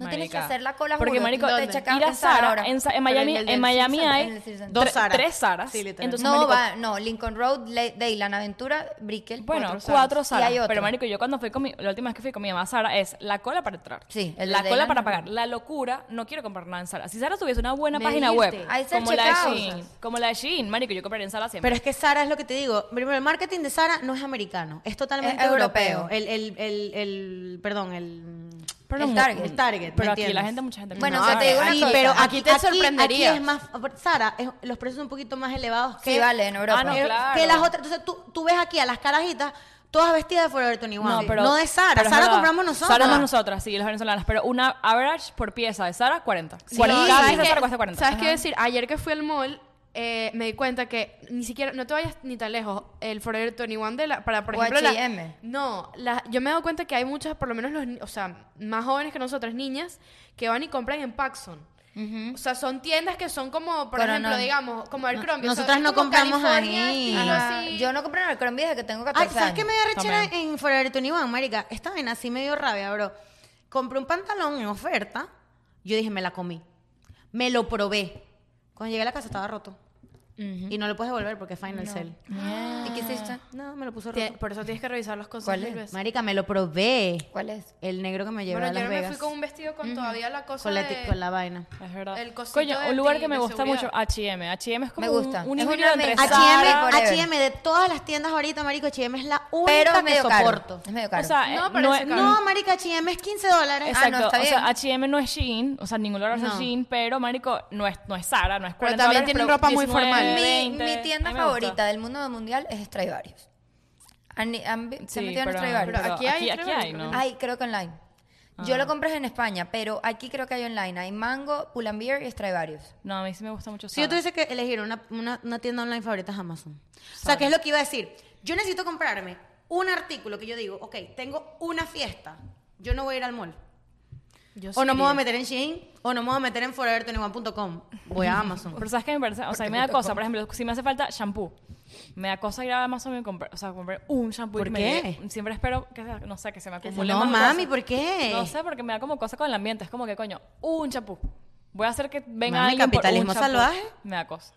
Speaker 4: No tienes que
Speaker 2: marica,
Speaker 4: hacer la cola,
Speaker 2: Porque,
Speaker 4: juro,
Speaker 2: marico, eh,
Speaker 4: de
Speaker 2: ir
Speaker 4: checkout
Speaker 2: a
Speaker 4: en Zara
Speaker 2: Sara,
Speaker 4: ahora.
Speaker 2: en, Sa- en
Speaker 1: Pero en
Speaker 2: Miami,
Speaker 1: el
Speaker 2: en,
Speaker 1: del
Speaker 2: Miami
Speaker 4: Citizen,
Speaker 2: hay
Speaker 4: en el Citizen.
Speaker 2: tre-
Speaker 3: Dos Saras.
Speaker 2: tres Saras.
Speaker 1: Sí, literal.
Speaker 2: Entonces,
Speaker 4: No,
Speaker 2: marico,
Speaker 4: va, no, Lincoln Road, Le- Dayland Aventura, Brickell.
Speaker 2: Bueno,
Speaker 4: cuatro Saras.
Speaker 2: cuatro
Speaker 4: Y
Speaker 2: salas.
Speaker 4: hay otro.
Speaker 2: Pero, marico, yo cuando fui con mi... La última vez que fui con mi mamá a Sara es la cola para entrar.
Speaker 4: Sí, el
Speaker 2: La
Speaker 4: de
Speaker 2: cola
Speaker 4: Dylan
Speaker 2: para
Speaker 4: no.
Speaker 2: pagar. La locura, no quiero comprar nada en Sara. Si Sara tuviese una buena
Speaker 1: Medirte.
Speaker 2: página web,
Speaker 4: Ahí está el
Speaker 2: como la de
Speaker 4: checkout.
Speaker 2: Shein, como la de Shein, marico, yo compraría en Sara siempre.
Speaker 3: Pero es que Sara es lo que te digo. Primero, el marketing de Sara no es americano, es totalmente
Speaker 4: Es
Speaker 3: europeo.
Speaker 4: europeo.
Speaker 3: El, el, el, el, perdón, el,
Speaker 4: Pero El no- Target.
Speaker 3: El Target, ¿me
Speaker 2: Pero aquí la
Speaker 3: entiendes?
Speaker 2: gente, mucha gente...
Speaker 4: Bueno,
Speaker 2: no
Speaker 4: o sea,
Speaker 2: sabe.
Speaker 4: te digo una
Speaker 3: Aquí,
Speaker 4: cosa.
Speaker 3: pero aquí,
Speaker 1: Aquí te
Speaker 3: aquí-
Speaker 1: sorprenderías.
Speaker 3: aquí es más, Sara, es- los precios son un poquito más elevados que,
Speaker 4: Sí, vale, en Europa.
Speaker 2: Ah, no,
Speaker 3: que-
Speaker 2: claro.
Speaker 3: que las otras. Entonces tú, tú ves aquí a las carajitas todas vestidas de Forever 21. No, pero, no de Sara,
Speaker 2: pero es
Speaker 3: Sara
Speaker 2: verdad.
Speaker 3: compramos nosotros.
Speaker 2: Sara más nosotras, sí, las venezolanas. Pero una average por pieza de Sara, 40.
Speaker 1: Sí,
Speaker 2: 40
Speaker 1: ¿sabes
Speaker 2: piezas de
Speaker 1: qué?
Speaker 2: Sara cuesta 40.
Speaker 1: ¿Sabes qué
Speaker 2: Ajá.
Speaker 1: decir? Ayer que fui al mall, eh, me di cuenta que ni siquiera, no te vayas ni tan lejos, el Forever 21 de la, para, por
Speaker 4: O
Speaker 1: ejemplo, la-
Speaker 4: H&M.
Speaker 1: no, la- yo me he dado cuenta que hay muchas, por lo menos los, ni- o sea, más jóvenes que nosotras, niñas, que van y compran en Paxson. O sea, son tiendas que son como, por
Speaker 4: Pero
Speaker 1: ejemplo,
Speaker 4: no.
Speaker 1: digamos, como el Crombie. o sea,
Speaker 3: nosotras
Speaker 1: es
Speaker 3: no
Speaker 1: como
Speaker 3: compramos
Speaker 1: California,
Speaker 3: ahí.
Speaker 1: estilo
Speaker 2: Ah,
Speaker 4: Ajá.
Speaker 1: así.
Speaker 4: Yo no compré en el Colombia desde que tengo
Speaker 3: Ay,
Speaker 4: 14
Speaker 3: ¿sabes qué me
Speaker 4: años.
Speaker 3: da rechera
Speaker 2: También.
Speaker 3: en Forever 21, marica? Esta vaina así me dio rabia, bro. Compré un pantalón en oferta. Yo dije, me la comí. Me lo probé. Cuando llegué a la casa estaba roto. Y no lo puedes devolver porque es Final Sell.
Speaker 4: ¿Y qué hiciste?
Speaker 3: No, me lo puso roto.
Speaker 1: Tie- Ah. Por eso tienes que revisar las cosas
Speaker 4: ¿Cuál
Speaker 1: mil
Speaker 4: es?
Speaker 1: veces.
Speaker 3: Marica, me lo probé.
Speaker 4: ¿Cuál es?
Speaker 3: El negro que me llevó
Speaker 1: Bueno,
Speaker 3: a Las
Speaker 1: yo me
Speaker 3: Vegas.
Speaker 1: fui con un vestido con todavía la cosa
Speaker 3: Con la,
Speaker 1: de-
Speaker 3: ti- con la vaina.
Speaker 2: Es verdad.
Speaker 1: El cosito
Speaker 2: Coño,
Speaker 1: de
Speaker 2: un lugar
Speaker 1: ti,
Speaker 2: que me
Speaker 1: de
Speaker 2: gusta
Speaker 1: seguridad.
Speaker 2: mucho, H&M. H&M es como
Speaker 4: Me gusta.
Speaker 2: un, un
Speaker 4: Es
Speaker 2: híbrido
Speaker 4: una
Speaker 2: entre
Speaker 4: mezcla.
Speaker 2: Zara...
Speaker 4: Forever.
Speaker 3: H&M, H&M de todas las tiendas ahorita, marico, H&M es la
Speaker 4: Pero
Speaker 3: única
Speaker 4: es
Speaker 3: que
Speaker 4: medio
Speaker 3: soporto.
Speaker 4: caro. Es medio caro.
Speaker 2: O sea, eh,
Speaker 1: No,
Speaker 2: no,
Speaker 1: pero ese
Speaker 2: es-
Speaker 1: caro.
Speaker 3: No, marica, H&M es 15 dólares.
Speaker 4: Ah,
Speaker 2: Exacto,
Speaker 4: no, está
Speaker 2: o
Speaker 4: bien.
Speaker 2: sea, H&M no es Shein, o sea, en ningún lugar es
Speaker 3: No.
Speaker 2: Shein, pero marico, no es, no es Sara, no es 40
Speaker 1: también
Speaker 2: dólares,
Speaker 1: tienen ropa muy formal.
Speaker 4: Mi-
Speaker 2: 20,
Speaker 4: mi, tienda
Speaker 2: a mí me gusta.
Speaker 4: favorita del mundo mundial es Stradivarius. Han- han- se
Speaker 2: Sí,
Speaker 4: han metido en
Speaker 2: pero-
Speaker 4: Stradivarius.
Speaker 2: pero
Speaker 1: Aquí hay,
Speaker 2: aquí, aquí
Speaker 1: creo,
Speaker 2: hay,
Speaker 1: ¿no?
Speaker 2: ¿no?
Speaker 4: Ay, creo que online. Yo lo compré en España, pero aquí creo que hay online. Hay Mango, Pull&Bear y Stradivarius.
Speaker 2: No, a mí sí me gusta mucho
Speaker 3: Si
Speaker 2: Sara.
Speaker 3: yo tuviese que elegir una, una- una tienda online favorita es Amazon. O sea, ¿qué es lo que iba a decir? Yo necesito comprarme un artículo que yo digo, ok, tengo una fiesta, yo no voy a ir al mall.
Speaker 1: Yo
Speaker 3: o
Speaker 1: sí
Speaker 3: no me voy
Speaker 1: quería.
Speaker 3: a meter en Shein, o no me voy a meter en forever21.com. Voy
Speaker 2: (laughs)
Speaker 3: a Amazon.
Speaker 2: Pero sabes que me parece, o sea, a mí me da cosa, por ejemplo, si me hace falta shampoo, me da cosa ir a Amazon y comprar, o sea, comprar un shampoo. y
Speaker 3: ¿Por
Speaker 2: me
Speaker 3: qué?
Speaker 2: llegue. Siempre espero que, se- no sé, que se me acumule
Speaker 3: No,
Speaker 2: más
Speaker 3: mami,
Speaker 2: cosas.
Speaker 3: pues. ¿por qué?
Speaker 2: No sé, porque me da como cosa con el ambiente, es como que coño, un shampoo. Voy a hacer que venga
Speaker 3: Mami,
Speaker 2: alguien por un
Speaker 3: capitalismo
Speaker 2: shampoo.
Speaker 3: salvaje.
Speaker 2: Me da cosa.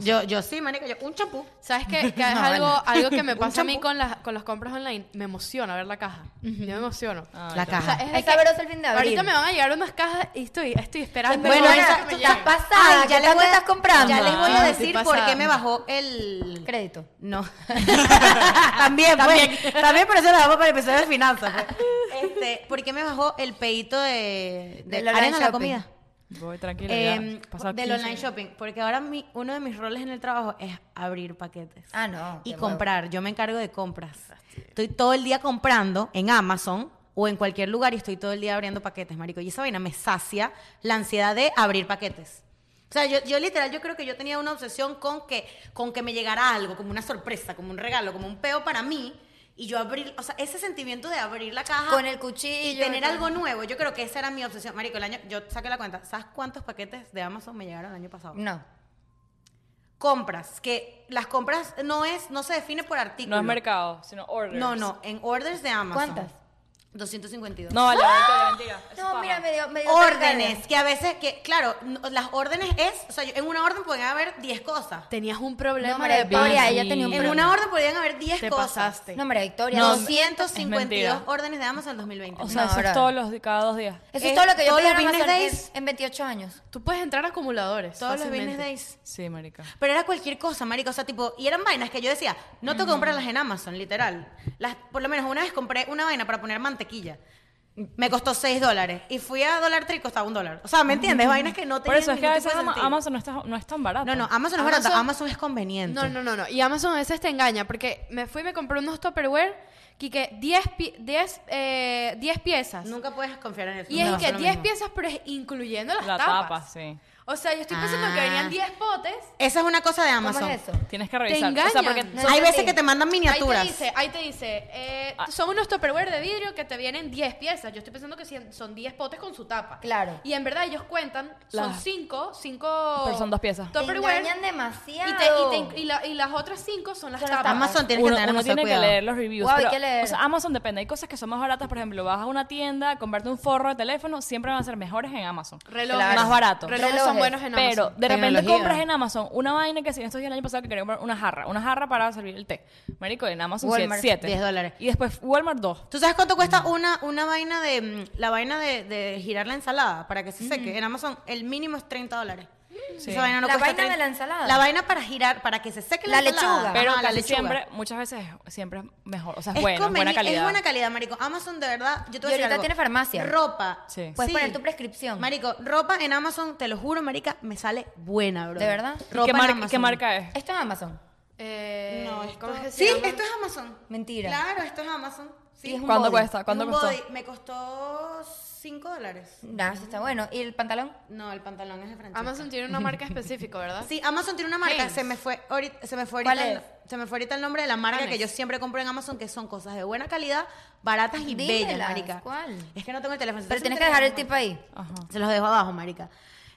Speaker 3: Yo, yo sí, marica, yo un champú.
Speaker 1: ¿Sabes qué? Que es
Speaker 3: (laughs) No,
Speaker 1: algo,
Speaker 3: vale.
Speaker 1: algo que me
Speaker 3: (laughs) Un
Speaker 1: pasa a mí
Speaker 3: champú.
Speaker 1: con las, con las compras online. Me emociona ver la caja. Yo me emociono.
Speaker 3: La
Speaker 2: ya.
Speaker 1: O sea,
Speaker 3: caja.
Speaker 1: es
Speaker 4: Es
Speaker 1: de que
Speaker 4: sabroso el fin de abril.
Speaker 1: Ahorita me van a llegar unas cajas y estoy, estoy esperando.
Speaker 3: Bueno,
Speaker 4: Bueno,
Speaker 1: Ahora
Speaker 3: esa-
Speaker 1: que me
Speaker 4: tú
Speaker 1: llegue.
Speaker 4: estás pasada.
Speaker 3: Ay, ya
Speaker 4: ¿qué
Speaker 3: les
Speaker 4: tanto
Speaker 3: voy a-
Speaker 4: estás comprando?
Speaker 3: Ya les voy a
Speaker 1: Ah,
Speaker 3: decir
Speaker 1: estoy
Speaker 3: por
Speaker 1: pasada.
Speaker 3: qué me bajó el
Speaker 4: Crédito.
Speaker 3: No. (laughs) también, también. también por eso la damos para el episodio de finanzas. pues. Este, ¿Por qué me bajó el pedito de, de,
Speaker 4: Del online
Speaker 3: arena a la pues.
Speaker 4: shopping.
Speaker 3: comida?
Speaker 2: Voy tranquila.
Speaker 3: Em,
Speaker 2: ya. Pasado
Speaker 3: del
Speaker 2: 15.
Speaker 3: online shopping. Porque ahora mi- uno de mis roles en el trabajo es abrir paquetes.
Speaker 4: Ah, no.
Speaker 3: Y
Speaker 4: qué
Speaker 3: comprar, yo me encargo de compras. Estoy todo el día comprando en Amazon o en cualquier lugar y estoy todo el día abriendo paquetes, marico. Y esa vaina me sacia la ansiedad de abrir paquetes. O sea, yo, yo literal, yo creo que yo tenía una obsesión con que, con que me llegara algo, como una sorpresa, como un regalo, como un peo para mí. Y yo abrir, o sea, ese sentimiento de abrir la caja.
Speaker 4: Con el cuchillo
Speaker 3: Y
Speaker 4: y
Speaker 3: tener
Speaker 4: todo.
Speaker 3: algo nuevo. Yo creo que esa era mi obsesión. Marico, el año, yo saqué la cuenta. ¿Sabes cuántos paquetes de Amazon me llegaron el año pasado?
Speaker 4: bobo. No.
Speaker 3: compras, que las compras no es, no se define por artículo.
Speaker 2: No es mercado, sino orders.
Speaker 3: No, no, en orders de Amazon.
Speaker 4: ¿Cuántas?
Speaker 3: 252.
Speaker 2: No, vale, mentira,
Speaker 3: Ah,
Speaker 2: mentira. Eso es
Speaker 4: No,
Speaker 2: paja.
Speaker 4: mira, me dio, me dio
Speaker 3: Órdenes, que a veces, que claro, no, las órdenes es, o sea, yo- en una orden podían haber 10 cosas.
Speaker 1: Tenías un
Speaker 4: No,
Speaker 1: problema
Speaker 4: María
Speaker 1: de pan.
Speaker 4: Victoria, ella tenía un
Speaker 3: En
Speaker 4: problema.
Speaker 3: una orden podían haber 10
Speaker 1: Te
Speaker 3: cosas.
Speaker 1: pasaste.
Speaker 4: No, María Victoria.
Speaker 3: No,
Speaker 4: doscientos-
Speaker 3: 252
Speaker 2: mentira.
Speaker 3: órdenes de Amazon en 2020.
Speaker 2: O sea,
Speaker 4: No,
Speaker 2: eso
Speaker 4: ahora-
Speaker 2: es todos los, cada dos días.
Speaker 4: Eso es,
Speaker 3: es
Speaker 4: todo lo que yo
Speaker 3: todos
Speaker 4: pedí
Speaker 3: los
Speaker 4: en
Speaker 3: business
Speaker 4: Amazon
Speaker 3: days.
Speaker 4: en, en 28 años.
Speaker 1: Tú puedes entrar a acumuladores.
Speaker 3: todos los
Speaker 1: fácilmente.
Speaker 3: business days.
Speaker 2: Sí, marica.
Speaker 3: Pero era cualquier cosa, marico. O sea, tipo, y eran vainas que yo decía, no te comprarlas en Amazon, literal. Las, por lo menos una vez compré una vaina para poner mantequilla. Me costó 6 dólares. Y fui a Dollar Tree, costaba un dólar. O sea, ¿me entiendes? Vainas que no
Speaker 2: Por
Speaker 3: tenían
Speaker 2: eso es que a
Speaker 3: ningún tipo
Speaker 2: veces
Speaker 3: de
Speaker 2: Ama-
Speaker 3: sentido.
Speaker 2: Amazon no, está, no es tan barato.
Speaker 3: No, no, Amazon es barato.
Speaker 1: Amazon-
Speaker 3: Amazon es conveniente.
Speaker 1: No, no, no, no. Y Amazon a veces te engaña porque me fui y me compré unos Tupperware que que 10 pi- 10, eh, 10 piezas.
Speaker 3: Nunca puedes confiar en el
Speaker 1: Y es
Speaker 3: No,
Speaker 1: que
Speaker 3: eso lo
Speaker 1: 10
Speaker 3: mismo.
Speaker 1: piezas, pero es incluyendo las
Speaker 2: La
Speaker 1: tapas.
Speaker 2: tapa, sí.
Speaker 1: O sea, yo estoy pensando que
Speaker 3: Ah.
Speaker 1: venían 10 potes.
Speaker 3: Esa es una cosa de
Speaker 4: ¿Cómo
Speaker 3: Amazon.
Speaker 4: es eso?
Speaker 2: Tienes que revisar. O sea,
Speaker 1: engañan.
Speaker 2: porque
Speaker 4: No,
Speaker 2: son-
Speaker 3: Hay
Speaker 4: entendí.
Speaker 3: veces que te mandan
Speaker 1: Ahí te
Speaker 3: miniaturas.
Speaker 1: dice, ahí te dice, eh,
Speaker 2: Ah.
Speaker 1: son unos Tupperware de vidrio que te vienen 10 piezas. Yo estoy pensando que cien- son 10 potes con su tapa.
Speaker 4: Claro.
Speaker 1: Y en verdad ellos cuentan, son
Speaker 2: Las-
Speaker 1: 5, 5...
Speaker 2: Pero son dos piezas.
Speaker 4: Te
Speaker 1: Tupperware.
Speaker 4: engañan
Speaker 1: Y, te-
Speaker 4: demasiado.
Speaker 1: y, te- y la- y las otras 5 son las
Speaker 4: Son las
Speaker 1: tapas.
Speaker 4: tapas.
Speaker 3: Amazon tienes
Speaker 2: uno,
Speaker 3: que tener
Speaker 2: uno
Speaker 3: demasiado
Speaker 2: tiene
Speaker 3: cuidado.
Speaker 2: que leer los reviews.
Speaker 4: Guau, hay
Speaker 2: pero,
Speaker 4: que leer.
Speaker 2: O sea, Amazon depende. Hay cosas que son más baratas. Por ejemplo, vas a una tienda, comprarte un forro de teléfono, siempre van a ser mejores en Amazon.
Speaker 1: Relojes.
Speaker 4: Claro.
Speaker 2: Más barato.
Speaker 1: Relojes, son
Speaker 4: Relojes.
Speaker 1: buenos en Amazon.
Speaker 2: Pero de repente
Speaker 3: Tecnología.
Speaker 2: compras en Amazon una vaina que si en estos días el año pasado que quería comprar una jarra, una jarra para servir el té. Marico, en Amazon
Speaker 4: Walmart,
Speaker 2: 7.
Speaker 3: 10 dólares.
Speaker 2: Y después Walmart 2.
Speaker 3: ¿Tú sabes cuánto cuesta una, una vaina de. mm, La vaina de, de girar la ensalada para que se seque? En Amazon, el mínimo es 30 dólares.
Speaker 2: Sí.
Speaker 3: Esa vaina no
Speaker 4: La
Speaker 3: cuesta
Speaker 4: vaina
Speaker 3: 30.
Speaker 4: de la ensalada.
Speaker 3: La vaina para girar, para que se seque la,
Speaker 4: La
Speaker 3: ensalada.
Speaker 4: lechuga.
Speaker 2: Pero
Speaker 3: Ajá,
Speaker 2: casi siempre, muchas veces, siempre es mejor. O sea, es,
Speaker 3: Es,
Speaker 2: bueno, es buena
Speaker 3: conveni-
Speaker 2: calidad.
Speaker 3: es buena calidad, marico. Amazon, de verdad, yo te voy
Speaker 4: Y
Speaker 3: a decir
Speaker 4: ahorita
Speaker 3: algo.
Speaker 4: tiene farmacia.
Speaker 3: Ropa.
Speaker 2: Sí.
Speaker 4: Puedes poner tu prescripción.
Speaker 3: Marico, ropa en Amazon, te lo juro, marica, me sale buena, bro.
Speaker 4: ¿De verdad? ¿Y
Speaker 2: ¿Y
Speaker 3: Ropa
Speaker 2: ¿Qué,
Speaker 3: en
Speaker 2: marca-
Speaker 3: Amazon.
Speaker 2: qué marca es?
Speaker 4: Esto es Amazon.
Speaker 1: Eh,
Speaker 3: No, esto-
Speaker 1: ¿cómo es que se
Speaker 3: Sí,
Speaker 1: llama?
Speaker 3: esto es Amazon.
Speaker 4: Mentira.
Speaker 3: Claro, esto es Amazon. Sí.
Speaker 4: Y es un
Speaker 2: ¿Cuándo
Speaker 4: body.
Speaker 2: cuesta? ¿Cuándo
Speaker 3: Un
Speaker 2: costó?
Speaker 3: body. Me costó 5 dólares.
Speaker 4: Nah, sí está bueno. ¿Y el pantalón?
Speaker 3: No, el pantalón es de Francesca.
Speaker 1: Amazon tiene una marca específica, ¿verdad?
Speaker 3: (laughs) Sí, Amazon tiene una marca.
Speaker 1: Hanes.
Speaker 3: Se me fue ahorita, se me fue
Speaker 4: ¿Cuál
Speaker 3: ahorita el,
Speaker 4: es?
Speaker 3: se me fue ahorita el nombre de la marca
Speaker 1: Hanes.
Speaker 3: que yo siempre compro en Amazon, que son cosas de buena calidad, baratas y bellas,
Speaker 4: Dímelas,
Speaker 3: marica.
Speaker 4: ¿cuál?
Speaker 3: Es que no tengo el teléfono.
Speaker 4: Pero
Speaker 3: ¿Estás en
Speaker 4: tienes que dejar el
Speaker 3: teléfono?
Speaker 4: tip ahí.
Speaker 2: Ajá.
Speaker 3: Se los dejo abajo, marica.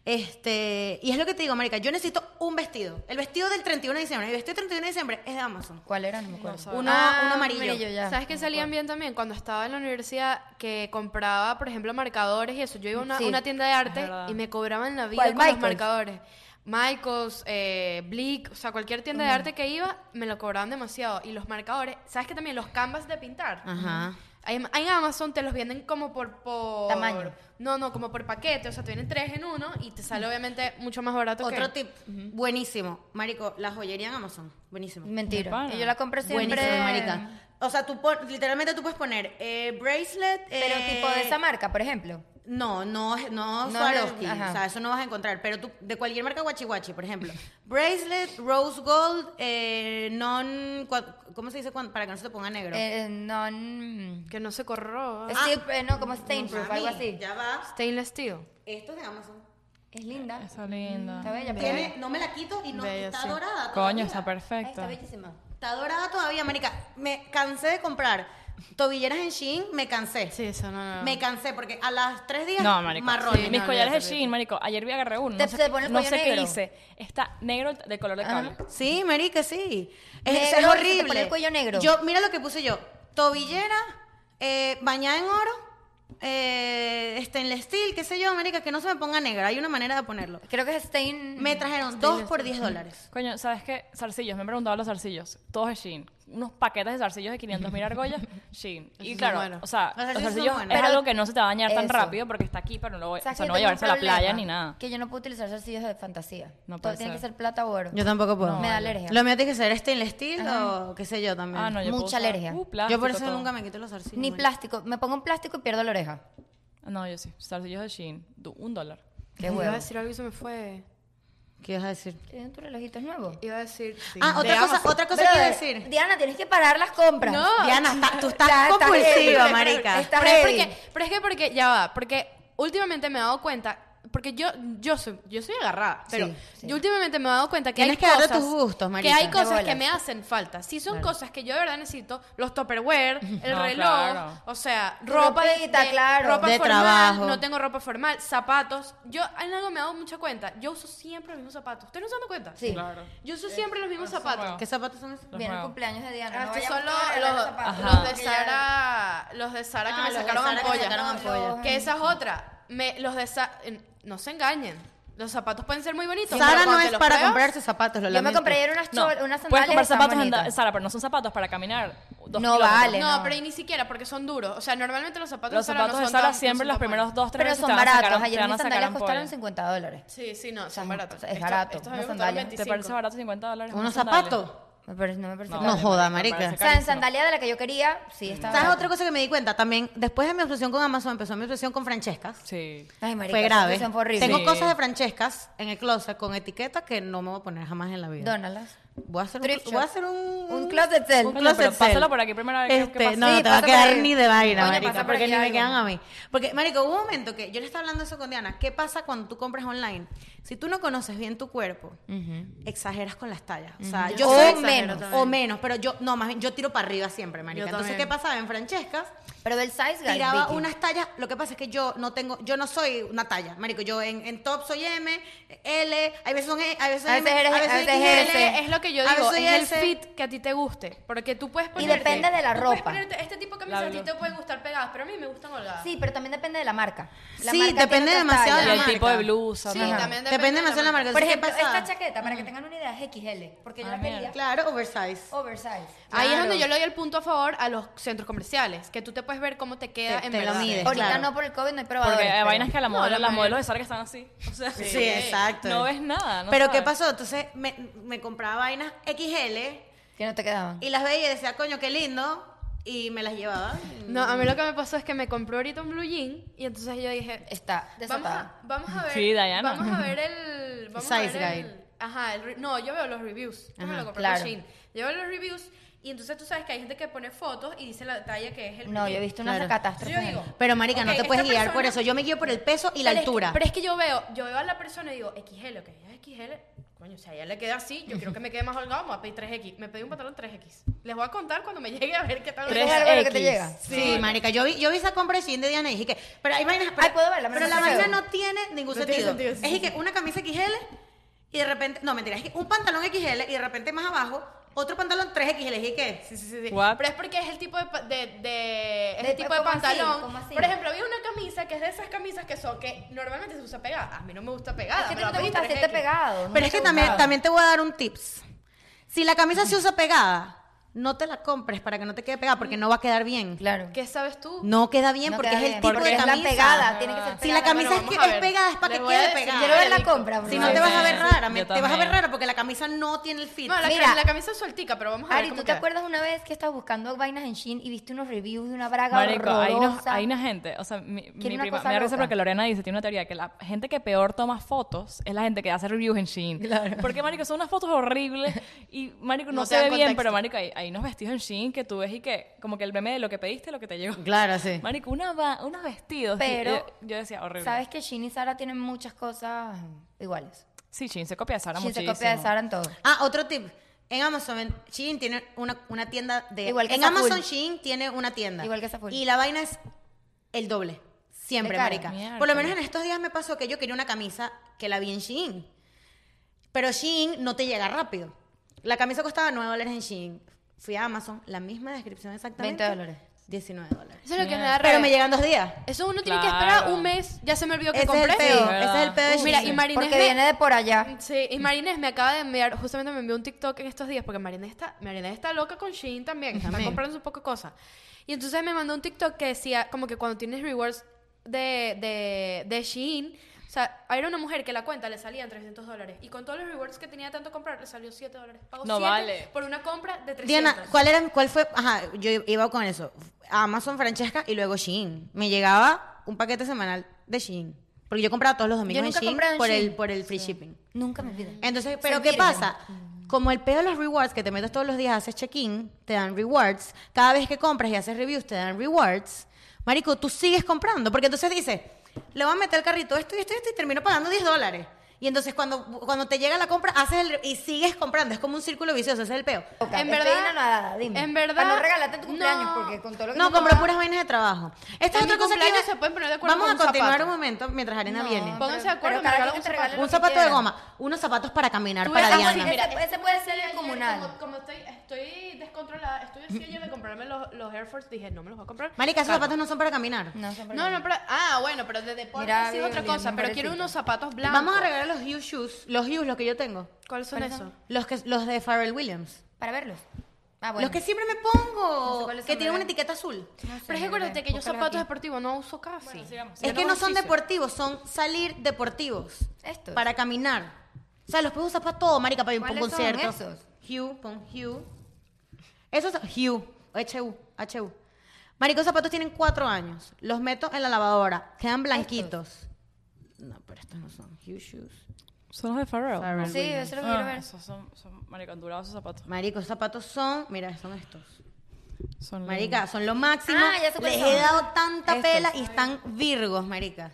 Speaker 3: Este, y es lo que te digo, marica, yo necesito un vestido. El vestido del 31 de diciembre, el vestido del 31 de diciembre es de Amazon.
Speaker 4: ¿Cuál era? No me acuerdo. Ah,
Speaker 2: sabe.
Speaker 3: Uno, uno amarillo.
Speaker 4: amarillo ya.
Speaker 1: ¿Sabes qué salían bien también? Cuando estaba en la universidad, que compraba, por ejemplo, marcadores y eso. Yo iba a una,
Speaker 4: Sí,
Speaker 1: una tienda de arte
Speaker 2: verdad.
Speaker 1: y me cobraban la vida
Speaker 4: ¿Cuál?
Speaker 1: con los
Speaker 4: Michaels.
Speaker 1: marcadores. Michaels, eh, Blick, o sea, cualquier tienda de arte que iba, me lo cobraban demasiado. Y los marcadores, ¿sabes qué también? Los canvas de pintar.
Speaker 3: Ajá.
Speaker 1: Ahí en ahí en Amazon te los venden como por, por...
Speaker 4: Tamaño.
Speaker 1: No, no, como por paquete. O sea, te vienen tres en uno y te sale obviamente mucho más barato que...
Speaker 3: Otro tip buenísimo, marico, la joyería en Amazon, buenísimo.
Speaker 2: De
Speaker 4: Mentira.
Speaker 2: pana.
Speaker 4: Y yo la compro siempre.
Speaker 3: Buenísimo, marica. O sea, tú pon- literalmente tú puedes poner eh, bracelet,
Speaker 4: Pero
Speaker 3: eh,
Speaker 4: tipo de esa marca, por ejemplo.
Speaker 3: No, no, es- no,
Speaker 4: No,
Speaker 3: Swarovski,
Speaker 4: no, ajá.
Speaker 3: o sea, eso no vas a encontrar, pero tú, de cualquier marca guachi guachi, por ejemplo, bracelet, rose gold, eh, non, cua- ¿cómo se dice cuando- para que no se te ponga negro?
Speaker 4: Eh, no. mm,
Speaker 1: Que no se corroba.
Speaker 2: Ah.
Speaker 4: es tip, eh, no, como stainproof,
Speaker 3: Mami,
Speaker 4: algo así.
Speaker 3: Pues Ah, Ya va.
Speaker 1: Stainless steel.
Speaker 3: Esto es de Amazon.
Speaker 4: Es linda.
Speaker 2: Está linda.
Speaker 4: Está bella. pero-
Speaker 3: Tiene- no me la quito y no
Speaker 1: Bella,
Speaker 3: está
Speaker 1: sí.
Speaker 3: dorada.
Speaker 2: Coño,
Speaker 3: todavía.
Speaker 2: está
Speaker 4: Ay,
Speaker 2: perfecta.
Speaker 4: está bellísima.
Speaker 3: Está dorada todavía, marica. Me cansé de comprar Tobilleras en Shein, me cansé.
Speaker 1: Sí, eso no, no.
Speaker 3: Me cansé porque a las tres días
Speaker 2: No, marico.
Speaker 3: marrón.
Speaker 2: sí, mis
Speaker 1: no,
Speaker 2: collares
Speaker 1: no,
Speaker 2: de Shein, marico. Ayer vi agarré uno.
Speaker 4: Te-
Speaker 2: No sé,
Speaker 4: te
Speaker 2: qué-
Speaker 4: pone el
Speaker 2: no
Speaker 4: cuello
Speaker 2: sé qué
Speaker 4: negro.
Speaker 2: hice. Está negro de color de cable.
Speaker 3: Sí, marica, sí. Es,
Speaker 4: Negro,
Speaker 3: es
Speaker 4: se te pone
Speaker 3: horrible.
Speaker 4: el cuello negro.
Speaker 3: Yo, mira lo que puse yo. Tobillera, eh, bañada en oro, eh, stainless steel, qué sé yo, marica, que no se me ponga negra. Hay una manera de ponerlo.
Speaker 4: Creo que es Stein.
Speaker 3: Me trajeron dos por 10 dólares.
Speaker 2: Coño, ¿sabes qué? Zarcillos, me han preguntado los zarcillos. Todos de Shein. Unos paquetes de zarcillos de 500 mil argollas, Shein.
Speaker 1: Esos
Speaker 2: Y
Speaker 1: son
Speaker 2: claro,
Speaker 1: buenos.
Speaker 2: o sea, los
Speaker 3: Los zarcillos son
Speaker 2: zarcillos es
Speaker 3: buenos.
Speaker 4: Pero-
Speaker 2: algo que no se te va a dañar tan
Speaker 4: Eso.
Speaker 2: rápido porque está aquí, pero no, lo- o
Speaker 4: ¿Sabes
Speaker 2: sea, no
Speaker 4: que yo
Speaker 2: va a
Speaker 4: tengo un
Speaker 2: llevarse a la playa
Speaker 4: problema?
Speaker 2: ni nada.
Speaker 4: Que yo no puedo utilizar zarcillos de fantasía.
Speaker 2: No
Speaker 4: Todo
Speaker 2: puede
Speaker 4: tiene que
Speaker 2: ser.
Speaker 4: ser plata o oro.
Speaker 3: tampoco puedo.
Speaker 4: Me da alergia.
Speaker 3: Lo mío tiene que ser stainless steel o qué sé yo también.
Speaker 2: Ah, no, yo puedo
Speaker 4: Mucha
Speaker 2: usar-
Speaker 4: alergia.
Speaker 2: Uh,
Speaker 3: yo
Speaker 2: plástico,
Speaker 3: por eso
Speaker 2: todo.
Speaker 3: nunca me quito los zarcillos.
Speaker 4: Ni
Speaker 3: marica.
Speaker 4: plástico. Me pongo un plástico y pierdo la oreja.
Speaker 2: No, yo sí. Zarcillos de Shein. Du- Un dólar.
Speaker 4: Qué
Speaker 1: Iba a
Speaker 4: huevo.
Speaker 1: decir algo y se me fue.
Speaker 3: ¿Qué ibas a decir?
Speaker 4: ¿Tienen tus relojitos nuevos?
Speaker 1: Iba a decir. sí,
Speaker 3: Ah,
Speaker 1: de
Speaker 3: otra cosa,
Speaker 1: Amazon.
Speaker 3: otra cosa que iba a
Speaker 4: Brother,
Speaker 3: decir.
Speaker 4: Diana, tienes que parar las compras.
Speaker 1: No.
Speaker 3: Diana, está- tú
Speaker 4: Está-
Speaker 3: estás
Speaker 4: está
Speaker 3: compulsiva,
Speaker 4: heavy.
Speaker 3: marica.
Speaker 4: Está
Speaker 1: pero, es
Speaker 4: heavy.
Speaker 1: porque, pero es que porque, ya va, porque últimamente me he dado cuenta, porque yo, yo soy, yo soy agarrada, pero
Speaker 4: Sí, sí.
Speaker 1: yo últimamente me he dado cuenta que
Speaker 3: Tienes
Speaker 1: hay
Speaker 3: que darle
Speaker 1: cosas,
Speaker 3: tus gustos, marica.
Speaker 1: que hay
Speaker 3: De
Speaker 1: cosas que
Speaker 4: bolas.
Speaker 1: me hacen falta. Si son cosas que yo de verdad necesito, los
Speaker 3: (laughs)
Speaker 1: topperware, el
Speaker 2: No,
Speaker 1: reloj,
Speaker 2: claro.
Speaker 1: o sea,
Speaker 4: Tu
Speaker 1: ropa de-
Speaker 4: ropita,
Speaker 1: de,
Speaker 4: claro.
Speaker 1: ropa
Speaker 3: De
Speaker 1: formal,
Speaker 3: trabajo.
Speaker 1: no tengo ropa formal, zapatos. Yo en algo me he dado mucha cuenta. Yo uso siempre los mismos zapatos. ¿Ustedes no se dan cuenta?
Speaker 4: Sí.
Speaker 2: Claro.
Speaker 1: Yo uso siempre los mismos zapatos.
Speaker 3: ¿Qué zapatos son esos?
Speaker 2: Los
Speaker 4: Viene el
Speaker 2: nuevos.
Speaker 4: cumpleaños de Diana.
Speaker 1: Ah,
Speaker 4: no
Speaker 1: estos
Speaker 4: vayamos
Speaker 1: son
Speaker 4: a
Speaker 1: los,
Speaker 4: regalar
Speaker 1: los-
Speaker 4: zapatos.
Speaker 1: los de
Speaker 4: Porque ya-
Speaker 1: Sara, los de Sara que
Speaker 3: Ah,
Speaker 1: me
Speaker 3: los de
Speaker 1: sacaron Ah,
Speaker 3: Sara que me
Speaker 1: ampollas.
Speaker 3: sacaron ampollas.
Speaker 1: Que esa es otra. Me, los de Sa- en- no se engañen. Los zapatos pueden ser muy bonitos.
Speaker 3: Sara
Speaker 1: pero
Speaker 3: no
Speaker 1: cuando
Speaker 3: es
Speaker 1: te los
Speaker 3: para
Speaker 1: pruebas-
Speaker 3: comprarse zapatos, lo
Speaker 4: Yo me
Speaker 3: lamento.
Speaker 4: compré ayer unas,
Speaker 2: No,
Speaker 4: chol- unas
Speaker 2: puedes
Speaker 4: sandalias.
Speaker 2: comprar
Speaker 4: están
Speaker 2: zapatos, en
Speaker 4: bonitas.
Speaker 2: da- Sara, pero no son zapatos para caminar. dos
Speaker 4: No
Speaker 2: kilómetros.
Speaker 4: vale.
Speaker 1: No,
Speaker 4: no.
Speaker 1: pero y ni siquiera porque son duros. O sea, normalmente los zapatos
Speaker 2: Los
Speaker 1: de Sara no
Speaker 2: zapatos de
Speaker 1: son
Speaker 2: Sara
Speaker 1: tan- no
Speaker 2: siempre
Speaker 1: son
Speaker 2: los
Speaker 1: tan
Speaker 2: primeros
Speaker 1: buenos.
Speaker 2: dos, tres
Speaker 4: Pero
Speaker 2: meses
Speaker 4: son
Speaker 2: te van a sacar-
Speaker 4: baratos.
Speaker 2: te
Speaker 4: Ayer
Speaker 2: van a
Speaker 4: mis
Speaker 2: sacar
Speaker 4: sandalias
Speaker 2: ampolla.
Speaker 4: costaron 50 dólares.
Speaker 1: Sí, sí, no,
Speaker 4: sea,
Speaker 1: son
Speaker 4: es-
Speaker 1: baratos.
Speaker 4: es
Speaker 1: Estos-
Speaker 4: barato,
Speaker 1: estos a mí
Speaker 4: una
Speaker 1: me costaron
Speaker 4: sandalia.
Speaker 2: ¿Te
Speaker 1: 25.
Speaker 2: parece barato 50 dólares?
Speaker 3: ¿Unos
Speaker 2: sandalias?
Speaker 3: zapatos?
Speaker 4: Me parece- no me parece
Speaker 2: No,
Speaker 4: nada.
Speaker 3: No joda,
Speaker 2: marica,
Speaker 3: marica.
Speaker 2: parece
Speaker 4: O sea, en
Speaker 2: carísimo.
Speaker 4: sandalia de la que yo quería, sí, está
Speaker 3: ¿Sabes
Speaker 4: barato.
Speaker 3: otra cosa que me di cuenta? También, después de mi obsesión con Amazon, empezó mi obsesión con Francescas.
Speaker 2: Sí.
Speaker 4: Ay, marica,
Speaker 3: fue
Speaker 4: esa
Speaker 3: grave.
Speaker 4: situación fue horrible.
Speaker 3: Tengo
Speaker 2: Sí.
Speaker 3: cosas de Francescas en el closet con etiqueta que no me voy a poner jamás en la vida.
Speaker 4: Dónalas.
Speaker 3: Voy a hacer
Speaker 4: Thrift
Speaker 3: un,
Speaker 4: shop.
Speaker 3: voy a hacer un,
Speaker 4: Un closet sale.
Speaker 3: Un
Speaker 2: Coño,
Speaker 3: closet
Speaker 2: pero pásalo
Speaker 3: sale.
Speaker 2: por aquí primero a ver qué-
Speaker 3: Este,
Speaker 2: qué pasa.
Speaker 3: No,
Speaker 4: Sí,
Speaker 3: no te va
Speaker 4: pasa
Speaker 3: a
Speaker 4: por
Speaker 3: quedar
Speaker 4: ahí.
Speaker 3: ni de vaina,
Speaker 4: Coño,
Speaker 3: marica,
Speaker 4: pasa por
Speaker 3: porque
Speaker 4: aquí
Speaker 3: ni me
Speaker 4: algo.
Speaker 3: quedan a mí. Porque, marico, hubo un momento que yo le estaba hablando eso con Diana. ¿Qué pasa cuando tú compras online? Si tú no conoces bien tu cuerpo, exageras con las tallas. O sea, yo
Speaker 1: Yo
Speaker 3: soy-
Speaker 1: exagero también.
Speaker 3: o menos, pero yo, no, más bien, yo tiro para arriba siempre, marica.
Speaker 1: Yo
Speaker 3: Entonces, ¿qué
Speaker 1: también.
Speaker 3: pasaba en Francescas?
Speaker 4: Pero del size guide.
Speaker 3: tiraba
Speaker 4: Vicky.
Speaker 3: unas tallas. Lo que pasa es que yo no tengo, yo no soy una talla, marico. Yo en, en top soy M, L, hay veces son E, hay veces
Speaker 4: A
Speaker 3: M,
Speaker 4: veces eres- a
Speaker 3: soy
Speaker 4: veces
Speaker 3: XL,
Speaker 4: eres
Speaker 1: L es lo que yo
Speaker 3: a
Speaker 1: digo,
Speaker 3: veces soy
Speaker 1: es el
Speaker 3: S.
Speaker 1: fit que a ti te guste, porque tú puedes ponerte
Speaker 4: depende de la
Speaker 1: tú puedes
Speaker 4: ropa.
Speaker 1: ponerte este tipo de camisas a ti
Speaker 2: blu-
Speaker 1: te pueden gustar pegadas, pero a mí me gustan holgadas.
Speaker 4: Sí, pero también depende de la marca. La
Speaker 3: Sí,
Speaker 4: marca
Speaker 3: depende
Speaker 4: tiene otras
Speaker 3: demasiado de
Speaker 2: Y
Speaker 4: tallas.
Speaker 3: la
Speaker 2: el
Speaker 3: marca.
Speaker 2: tipo de blusa.
Speaker 1: Sí,
Speaker 2: ¿no?
Speaker 1: también
Speaker 3: Depende demasiado de la marca.
Speaker 4: Por
Speaker 3: Entonces, ¿qué
Speaker 4: ejemplo,
Speaker 3: pasaba?
Speaker 4: esta chaqueta, para que tengan una idea, es XL, porque
Speaker 2: Ah,
Speaker 4: yo la quería
Speaker 3: Claro, oversize.
Speaker 4: oversize.
Speaker 1: Ahí es
Speaker 3: Claro.
Speaker 1: donde yo le doy el punto a favor a los centros comerciales, que tú te puedes ver cómo te queda
Speaker 3: Te-
Speaker 1: en
Speaker 3: te lo
Speaker 1: verdad.
Speaker 3: mides.
Speaker 4: Ahorita
Speaker 3: claro.
Speaker 4: no por el COVID, no hay probadores.
Speaker 2: Porque hay
Speaker 4: pero-
Speaker 2: vainas que a la
Speaker 1: No,
Speaker 2: modelo,
Speaker 1: la
Speaker 2: las
Speaker 1: mayoría-
Speaker 2: modelos de Sara que están así. O sea,
Speaker 3: Sí, exacto.
Speaker 2: No ves nada. no
Speaker 3: Pero
Speaker 2: sabes.
Speaker 3: ¿qué pasó? Entonces me, me compraba vainas XL
Speaker 4: Que no te quedaban.
Speaker 3: y las veía y decía, coño, qué lindo. Y me las llevaba.
Speaker 1: No, a mí lo que me pasó es que me compré ahorita un blue jean y entonces yo dije, "Eh,
Speaker 4: Está
Speaker 1: vamos
Speaker 4: desatada.
Speaker 1: a, vamos a ver,
Speaker 2: Sí, Diana.
Speaker 1: vamos a ver el vamos
Speaker 3: Size
Speaker 1: a ver
Speaker 3: guide.
Speaker 1: el- ajá, el re- no, yo veo los reviews. Yo me
Speaker 3: Ajá,
Speaker 1: lo compré
Speaker 4: claro.
Speaker 1: por Shein. Yo veo los reviews y entonces tú sabes que hay gente que pone fotos y dice la talla que es el blue
Speaker 4: No, yo he
Speaker 1: jean.
Speaker 4: visto unas
Speaker 3: Claro.
Speaker 4: catástrofes.
Speaker 1: Yo digo,
Speaker 3: Pero, marica, no
Speaker 1: Ok,
Speaker 3: te puedes
Speaker 1: esta
Speaker 3: guiar por
Speaker 1: persona-
Speaker 3: eso. Yo me guío por el peso y
Speaker 1: Pero
Speaker 3: la
Speaker 1: es que-
Speaker 3: altura.
Speaker 1: pero es que yo veo, yo veo a la persona y digo, XL, ok, ella es XL, coño, si a ella le queda así, yo quiero que me quede más holgado, me voy a pedir 3X. Me pedí un pantalón 3X. Les voy a contar cuando me (laughs) llegue a ver qué tal.
Speaker 4: Pero es algo a lo que te
Speaker 2: 3X.
Speaker 4: llega.
Speaker 3: Sí, marica, yo vi, yo vi esa compra de jean de Diana y dije que, pero hay vainas, pero,
Speaker 4: Ay, puedo verla, me
Speaker 3: pero
Speaker 4: la
Speaker 3: la
Speaker 4: saqué.
Speaker 3: vaina no tiene ningún
Speaker 1: No tiene
Speaker 3: sentido.
Speaker 1: sentido, sí,
Speaker 3: es
Speaker 1: sí,
Speaker 3: que una camisa XL y de repente, no, mentira, es que un pantalón XL y de repente más abajo otro pantalón 3XL y que
Speaker 1: Sí, sí, sí, sí.
Speaker 2: What?
Speaker 1: Pero es porque es el tipo de, pa- de, de- es
Speaker 4: De-
Speaker 1: el tipo de
Speaker 4: ¿cómo así?
Speaker 1: pantalón.
Speaker 4: ¿Cómo así?
Speaker 1: Por ejemplo, había una camisa que es de esas camisas que son que normalmente se usa pegada. A mí no me gusta pegada.
Speaker 4: Es que
Speaker 1: me
Speaker 4: tú
Speaker 1: la
Speaker 4: no te
Speaker 1: voy a
Speaker 4: gusta
Speaker 1: quitar,
Speaker 4: hacerte
Speaker 1: aquí.
Speaker 4: pegado. no
Speaker 3: Pero es
Speaker 4: te
Speaker 3: que
Speaker 4: gusta.
Speaker 3: también, también te voy a dar un tips. Si la camisa se usa pegada, no te la compres para que no te quede pegada porque no va a quedar bien.
Speaker 4: Claro.
Speaker 1: ¿Qué sabes tú?
Speaker 3: No queda bien
Speaker 4: No
Speaker 3: porque
Speaker 4: queda
Speaker 3: es el
Speaker 4: bien,
Speaker 3: tipo
Speaker 4: porque
Speaker 3: de
Speaker 4: es
Speaker 3: camisa.
Speaker 4: la pegada, tiene que ser
Speaker 3: Si la
Speaker 4: pegada.
Speaker 3: camisa
Speaker 1: Bueno,
Speaker 3: es,
Speaker 1: vamos
Speaker 3: que-
Speaker 1: a
Speaker 3: es
Speaker 1: ver.
Speaker 3: pegada es para
Speaker 1: Les
Speaker 3: que
Speaker 1: voy a
Speaker 3: quede
Speaker 1: decir,
Speaker 3: pegada.
Speaker 4: Quiero ver la
Speaker 1: Marico,
Speaker 4: compra.
Speaker 3: Si
Speaker 4: bro.
Speaker 3: no te vas a ver
Speaker 2: Sí,
Speaker 3: rara,
Speaker 2: yo
Speaker 3: me- te vas a ver
Speaker 2: también.
Speaker 3: rara porque la camisa no tiene el fit.
Speaker 1: No, la,
Speaker 4: Mira.
Speaker 1: la camisa es sueltica, pero vamos a ver.
Speaker 4: Ari,
Speaker 1: cómo
Speaker 4: ¿tú te
Speaker 1: queda.
Speaker 4: acuerdas una vez que estabas buscando vainas en Shein y viste unos reviews de una braga
Speaker 2: Marico, hay, unos-
Speaker 4: horrorosa?
Speaker 2: hay una gente, o sea, mi, mi
Speaker 4: una
Speaker 2: prima,
Speaker 4: cosa
Speaker 2: me da risa
Speaker 4: loca.
Speaker 2: porque Lorena dice, tiene una teoría que la gente que peor toma fotos es la gente que hace reviews en Shein.
Speaker 4: Claro.
Speaker 2: Porque, marico, son unas fotos horribles y, marico, no,
Speaker 1: No te
Speaker 2: se ve
Speaker 1: dan
Speaker 2: bien,
Speaker 1: contexto.
Speaker 2: pero, marico, hay, hay unos vestidos en Shein que tú ves y que, como que el meme de lo que pediste, lo que te llegó.
Speaker 3: Claro, sí.
Speaker 2: Marico, una va- unos vestidos. y-
Speaker 4: Pero-
Speaker 2: eh, yo, decía, horrible.
Speaker 4: Sabes que Shein y Sara tienen muchas cosas iguales.
Speaker 2: Sí, Shein se copia de Sara
Speaker 4: Shein se
Speaker 2: muchísimo.
Speaker 4: copia de Sara en todo.
Speaker 3: Ah, otro tip. En Amazon, en- Shein tiene una, una tienda de...
Speaker 4: Igual que
Speaker 3: en
Speaker 4: Saful.
Speaker 3: Amazon, Shein tiene una tienda.
Speaker 4: Igual que Saful.
Speaker 3: Y la vaina es el doble. Siempre,
Speaker 4: De cara,
Speaker 3: marica.
Speaker 2: mierda.
Speaker 3: Por lo menos en estos días me pasó que yo quería una camisa que la vi en Shein. Pero Shein no te llega rápido. La camisa costaba 9 dólares en Shein. Fui a Amazon, la misma descripción exactamente.
Speaker 4: 20 dólares.
Speaker 3: 19 dólares.
Speaker 1: Eso es lo que me
Speaker 2: Mierda.
Speaker 1: da rabia.
Speaker 3: Pero me llegan dos días.
Speaker 1: Eso uno tiene que
Speaker 2: Claro.
Speaker 1: esperar un mes. Ya se me olvidó que
Speaker 3: Ese es el
Speaker 1: compré.
Speaker 3: peo.
Speaker 2: Sí,
Speaker 3: Ese es el
Speaker 2: verdad.
Speaker 3: peo de
Speaker 2: Uy,
Speaker 3: Shein.
Speaker 1: Mira, y Marinés
Speaker 4: Porque
Speaker 1: me-
Speaker 4: viene de por allá.
Speaker 1: Sí, y Marinés me acaba de enviar, justamente me envió un TikTok en estos días, porque Marinés está, Marinés está loca con Shein también, está
Speaker 3: También.
Speaker 1: comprando su poco cosa. Y entonces me mandó un TikTok que decía, como que cuando tienes rewards de, de, de Shein, o sea, era una mujer que la cuenta le salían 300 dólares, y con todos los rewards que tenía de tanto comprar, le salió 7 dólares. Pagó
Speaker 2: No
Speaker 1: 7
Speaker 2: vale.
Speaker 1: por una compra de 300.
Speaker 3: Diana, ¿cuál era, cuál fue? Ajá, yo iba con eso. Amazon, Francesca y luego Shein. Me llegaba un paquete semanal de Shein. Porque yo compraba todos los domingos
Speaker 4: Yo nunca
Speaker 3: en Shein
Speaker 4: compraba en
Speaker 3: por
Speaker 4: Shein.
Speaker 3: el por el free shipping.
Speaker 4: Nunca me piden.
Speaker 3: Entonces, pero
Speaker 4: Se
Speaker 3: ¿qué
Speaker 4: pierden.
Speaker 3: pasa?
Speaker 4: Mm.
Speaker 3: Como el pedo de los rewards que te metes todos los días, haces check-in, te dan rewards. Cada vez que compras y haces reviews, te dan rewards. Marico, tú sigues comprando. Porque entonces dices, le voy a meter al carrito esto y esto y esto y termino pagando 10 dólares. Y entonces cuando, cuando te llega la compra, haces el, re- y sigues comprando. Es como un círculo vicioso, ese es el peo.
Speaker 4: Ok,
Speaker 1: En
Speaker 4: estoy
Speaker 1: verdad-
Speaker 4: anonadada, dime.
Speaker 1: en verdad-
Speaker 4: Para no regalarte tu cumpleaños,
Speaker 1: no.
Speaker 4: porque con todo lo que
Speaker 3: No,
Speaker 4: tú
Speaker 3: compró
Speaker 4: compras-
Speaker 3: puras vainas de trabajo. Esta es
Speaker 1: En mi
Speaker 3: otra cosa que
Speaker 1: cumpleaños se pueden poner de acuerdo
Speaker 3: Vamos
Speaker 1: con un
Speaker 3: a continuar
Speaker 1: zapato.
Speaker 3: un momento mientras Arena
Speaker 4: No,
Speaker 3: viene.
Speaker 4: pero-
Speaker 1: Pónganse de acuerdo,
Speaker 4: pero
Speaker 1: me
Speaker 4: cada
Speaker 1: regalan
Speaker 4: quien
Speaker 1: un
Speaker 4: te
Speaker 1: zapato.
Speaker 4: regala lo
Speaker 3: Un
Speaker 4: que
Speaker 3: zapato de
Speaker 4: quiera.
Speaker 3: goma, unos zapatos para caminar
Speaker 1: Tú
Speaker 3: para
Speaker 1: eres-
Speaker 4: Ah,
Speaker 3: Diana.
Speaker 4: sí,
Speaker 1: mira,
Speaker 4: ese- ese puede ser el
Speaker 1: ayer,
Speaker 4: comunal.
Speaker 1: Como, como estoy, estoy descontrolada, estoy así ayer de comprarme los, los Air Force, dije, no me los voy a comprar.
Speaker 3: Marica, esos
Speaker 1: Calma.
Speaker 3: zapatos no son para caminar.
Speaker 4: No, son
Speaker 1: No, no, pero. Ah, bueno, pero de deporte
Speaker 4: Mira,
Speaker 1: sí es otra
Speaker 4: bien,
Speaker 1: cosa.
Speaker 4: bien,
Speaker 1: Pero quiero
Speaker 4: parecito.
Speaker 1: unos zapatos blancos.
Speaker 3: Vamos a regalar los Hugh Shoes, los Hughes, los que yo tengo.
Speaker 1: ¿Cuáles son
Speaker 4: ¿Cuáles
Speaker 1: esos?
Speaker 3: Los, que, los de Pharrell Williams.
Speaker 4: Para verlos. Ah, bueno.
Speaker 3: Los que siempre me
Speaker 4: No sé
Speaker 3: pongo,
Speaker 4: cuáles
Speaker 3: que
Speaker 4: son,
Speaker 3: tienen una
Speaker 4: ¿verdad?
Speaker 3: etiqueta azul.
Speaker 4: No sé,
Speaker 1: Pero es que acuérdate
Speaker 4: bebé,
Speaker 1: que yo
Speaker 4: búscalo
Speaker 1: zapatos
Speaker 4: aquí.
Speaker 1: deportivo no uso casi.
Speaker 2: Bueno, sigamos.
Speaker 3: Es que no son
Speaker 2: Ejercicio.
Speaker 3: deportivos, son salir deportivos.
Speaker 4: Estos.
Speaker 3: Para caminar. O sea, los puedes usar para todo, marica, para ir para un
Speaker 4: ¿Cuáles son
Speaker 3: concierto.
Speaker 4: esos?
Speaker 3: Hue, pon Hue. Esos son Hue, H-U, H-U. Marico, esos zapatos tienen cuatro años. Los meto en la lavadora. Quedan blanquitos. No, pero estos no son Hue Shoes.
Speaker 2: Son los de Pharrell.
Speaker 3: Pharrell
Speaker 4: Oh. Sí,
Speaker 3: Williams.
Speaker 4: eso lo quiero
Speaker 2: Ah,
Speaker 4: ver.
Speaker 2: esos son, son maricón, durados esos zapatos.
Speaker 3: Marico, esos zapatos son... Mira, son estos.
Speaker 2: Son
Speaker 3: Marica, son lo máximo.
Speaker 4: Ah, ya sé cuáles
Speaker 3: Les he
Speaker 4: son.
Speaker 3: dado tanta
Speaker 4: Estos.
Speaker 3: pela y están virgos, marica.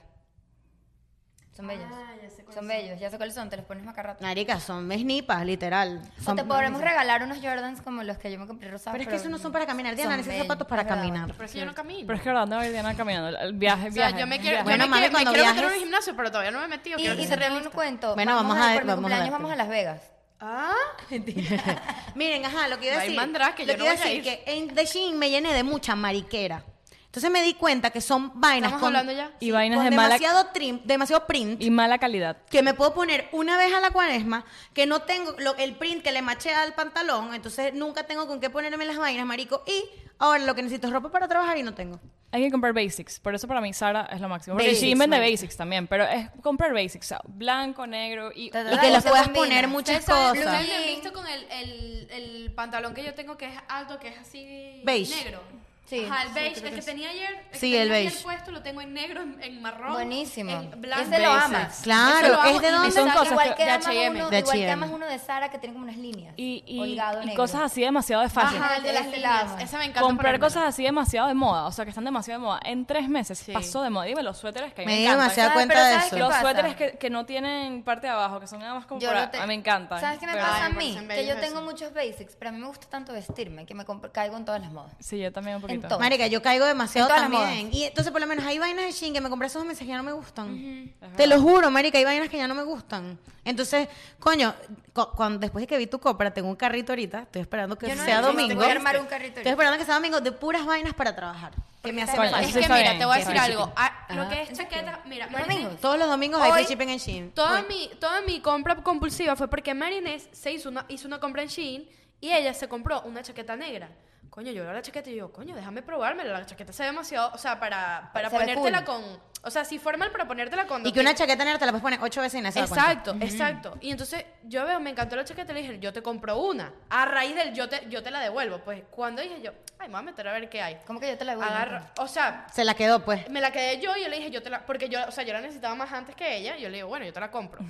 Speaker 4: Son bellos.
Speaker 3: Ah,
Speaker 4: son bellos. Ya sé cuáles son. Te los pones macarrata.
Speaker 3: Marica, son mesnipas, literal.
Speaker 4: O
Speaker 3: Son
Speaker 4: te podremos regalar unos Jordans como los que yo me compré rosados.
Speaker 3: Pero es que esos no son para caminar, Diana,
Speaker 4: son
Speaker 3: necesitas
Speaker 4: bellos,
Speaker 3: zapatos para
Speaker 4: es verdad.
Speaker 3: caminar.
Speaker 1: Pero es que yo no camino.
Speaker 2: Pero es que ahora anda Diana caminando. El- El viaje,
Speaker 1: o sea,
Speaker 2: viaje.
Speaker 1: yo me quiero, yo
Speaker 3: Bueno,
Speaker 1: me
Speaker 3: mami,
Speaker 1: quiero, me
Speaker 3: cuando
Speaker 1: quiero meter en
Speaker 3: viajes-
Speaker 1: un gimnasio, pero todavía no me he metido.
Speaker 4: Y,
Speaker 1: quiero
Speaker 4: y
Speaker 1: que sea
Speaker 4: te tengo un
Speaker 1: realista.
Speaker 4: cuento.
Speaker 3: Bueno, vamos a-
Speaker 4: por mi
Speaker 3: vamos a
Speaker 4: cumpleaños
Speaker 3: verte.
Speaker 4: vamos a Las Vegas.
Speaker 1: Ah, (laughs)
Speaker 3: Miren, ajá, lo que iba a
Speaker 1: Ay,
Speaker 3: decir.
Speaker 1: mandra, que
Speaker 3: lo
Speaker 1: yo no
Speaker 3: iba a
Speaker 1: voy a
Speaker 3: decir
Speaker 1: ir.
Speaker 3: que en The Shein me llené de mucha mariquera. Entonces me di cuenta que son vainas
Speaker 1: ¿Estamos
Speaker 3: con,
Speaker 1: hablando ya?
Speaker 2: Y vainas
Speaker 3: con
Speaker 2: de mala-
Speaker 3: demasiado, trim- demasiado print
Speaker 2: Y mala calidad.
Speaker 3: que me puedo poner una vez a la cuaresma, que no tengo lo- el print que le machea al pantalón, entonces nunca tengo con qué ponerme las vainas, marico. Y ahora lo que necesito es ropa para trabajar y no tengo.
Speaker 2: Hay que comprar basics. Por eso para mí Sara es lo máximo. Porque
Speaker 3: Basics,
Speaker 2: sí vende
Speaker 3: marica.
Speaker 2: basics también, pero es comprar basics. o sea, blanco, negro y...
Speaker 4: Ta, ta,
Speaker 3: Y
Speaker 4: ta,
Speaker 3: que
Speaker 4: o
Speaker 3: las
Speaker 4: sea,
Speaker 3: puedas
Speaker 4: combina.
Speaker 3: poner muchas
Speaker 1: Ustedes saben-
Speaker 3: cosas.
Speaker 1: ustedes me han visto con el, el, el pantalón que yo tengo que es alto, que es así
Speaker 3: Beige.
Speaker 1: negro.
Speaker 4: Sí,
Speaker 1: Ajá, el
Speaker 4: sí,
Speaker 1: beige,
Speaker 4: creo
Speaker 1: el
Speaker 4: que
Speaker 1: que
Speaker 4: sí.
Speaker 1: tenía ayer. que
Speaker 3: Sí,
Speaker 1: tenía
Speaker 3: el
Speaker 1: ayer
Speaker 3: beige.
Speaker 1: puesto lo tengo en negro, en, en marrón.
Speaker 4: Buenísimo.
Speaker 1: En blanco.
Speaker 4: Ese lo amas.
Speaker 3: Claro,
Speaker 1: Eso lo
Speaker 3: es
Speaker 1: hago
Speaker 3: de
Speaker 1: y me
Speaker 3: donde-
Speaker 2: Son
Speaker 1: saca-
Speaker 2: cosas
Speaker 4: Igual
Speaker 2: que-
Speaker 4: que,
Speaker 1: de
Speaker 4: amas
Speaker 1: H&M.
Speaker 4: uno,
Speaker 3: De
Speaker 4: igual que
Speaker 3: H&M.
Speaker 4: amas uno de Sara que tiene como unas líneas.
Speaker 2: Y, y-
Speaker 4: Holgado
Speaker 2: y
Speaker 4: negro.
Speaker 2: cosas así demasiado de fácil.
Speaker 1: Ajá, el de las
Speaker 4: Ese
Speaker 1: líneas.
Speaker 4: lado.
Speaker 1: Ese me encanta.
Speaker 2: Comprar
Speaker 1: ponérmelo.
Speaker 2: cosas así demasiado de moda, o sea, que están demasiado de moda. En tres meses
Speaker 1: Sí.
Speaker 2: pasó de moda. Dime los suéteres que a mí
Speaker 3: Me
Speaker 2: me
Speaker 3: di
Speaker 2: encantan.
Speaker 3: demasiada
Speaker 4: ¿Sabes?
Speaker 3: cuenta
Speaker 4: Pero
Speaker 3: de
Speaker 4: ¿sabes
Speaker 3: eso.
Speaker 4: qué
Speaker 2: Los
Speaker 4: pasa?
Speaker 2: suéteres que, que no tienen parte de abajo, que son nada más como
Speaker 4: Yo
Speaker 2: para...
Speaker 4: no te-
Speaker 2: ah, me encantan.
Speaker 4: ¿Sabes qué me
Speaker 2: pero-
Speaker 4: pasa a
Speaker 1: Ay, me
Speaker 4: mí?
Speaker 1: parecen
Speaker 4: Que
Speaker 1: bellos
Speaker 4: yo tengo
Speaker 1: esos.
Speaker 4: muchos basics, pero a mí me gusta tanto vestirme que me comp- caigo en todas las modas.
Speaker 2: Sí, yo también un poquito.
Speaker 4: Entonces-
Speaker 3: Marica, yo caigo demasiado
Speaker 4: En todas las
Speaker 3: también. Y entonces, por lo menos, hay vainas de Shein que me compré esos meses que ya no me gustan.
Speaker 2: verdad.
Speaker 3: Te lo juro, marica, hay vainas que ya no me gustan. Entonces, coño, cu- cuando, después de que vi tu compra, tengo un carrito ahorita, estoy esperando que
Speaker 4: Yo no
Speaker 3: Pues sea
Speaker 4: necesito,
Speaker 3: domingo.
Speaker 4: voy a armar un carrito
Speaker 3: Estoy
Speaker 4: ahorita.
Speaker 3: esperando que sea domingo de puras vainas para trabajar. Que me hace
Speaker 4: Coño,
Speaker 3: falta.
Speaker 1: Es
Speaker 2: Eso
Speaker 1: que
Speaker 2: está
Speaker 1: mira,
Speaker 2: bien,
Speaker 1: te voy a
Speaker 2: que
Speaker 1: decir
Speaker 2: es
Speaker 1: algo. Ah, lo
Speaker 3: Ah,
Speaker 1: que es chaqueta, mira,
Speaker 4: Los
Speaker 1: Marinés,
Speaker 4: domingos.
Speaker 3: Todos los domingos hay
Speaker 4: Hoy-
Speaker 3: free shipping en Shein.
Speaker 1: Toda mi, toda mi compra compulsiva fue porque Marinés se hizo una, hizo una compra en Shein y ella se compró una chaqueta negra. Coño, yo veo la chaqueta y yo, coño, déjame probármela. La chaqueta se ve demasiado, o sea, para, para
Speaker 4: Se ve
Speaker 1: ponértela
Speaker 4: cool.
Speaker 1: con, o sea, sí formal, pero ponértela con...
Speaker 3: Y que una chaqueta negra te la puedes poner ocho veces y nadie se da cuenta.
Speaker 1: Exacto, exacto. Y entonces yo veo, me encantó la chaqueta, le dije, yo te compro una. A raíz del yo te, yo te la devuelvo. Pues cuando dije yo, ay, me voy a meter a ver qué hay.
Speaker 4: ¿Cómo que yo te la devuelvo?
Speaker 1: Agarro, o sea,
Speaker 3: Se la quedó, pues.
Speaker 1: me la quedé yo y yo le dije, yo te la. Porque yo, o sea, yo la necesitaba más antes que ella. Yo le digo, bueno, yo te la
Speaker 4: (laughs)
Speaker 1: compro.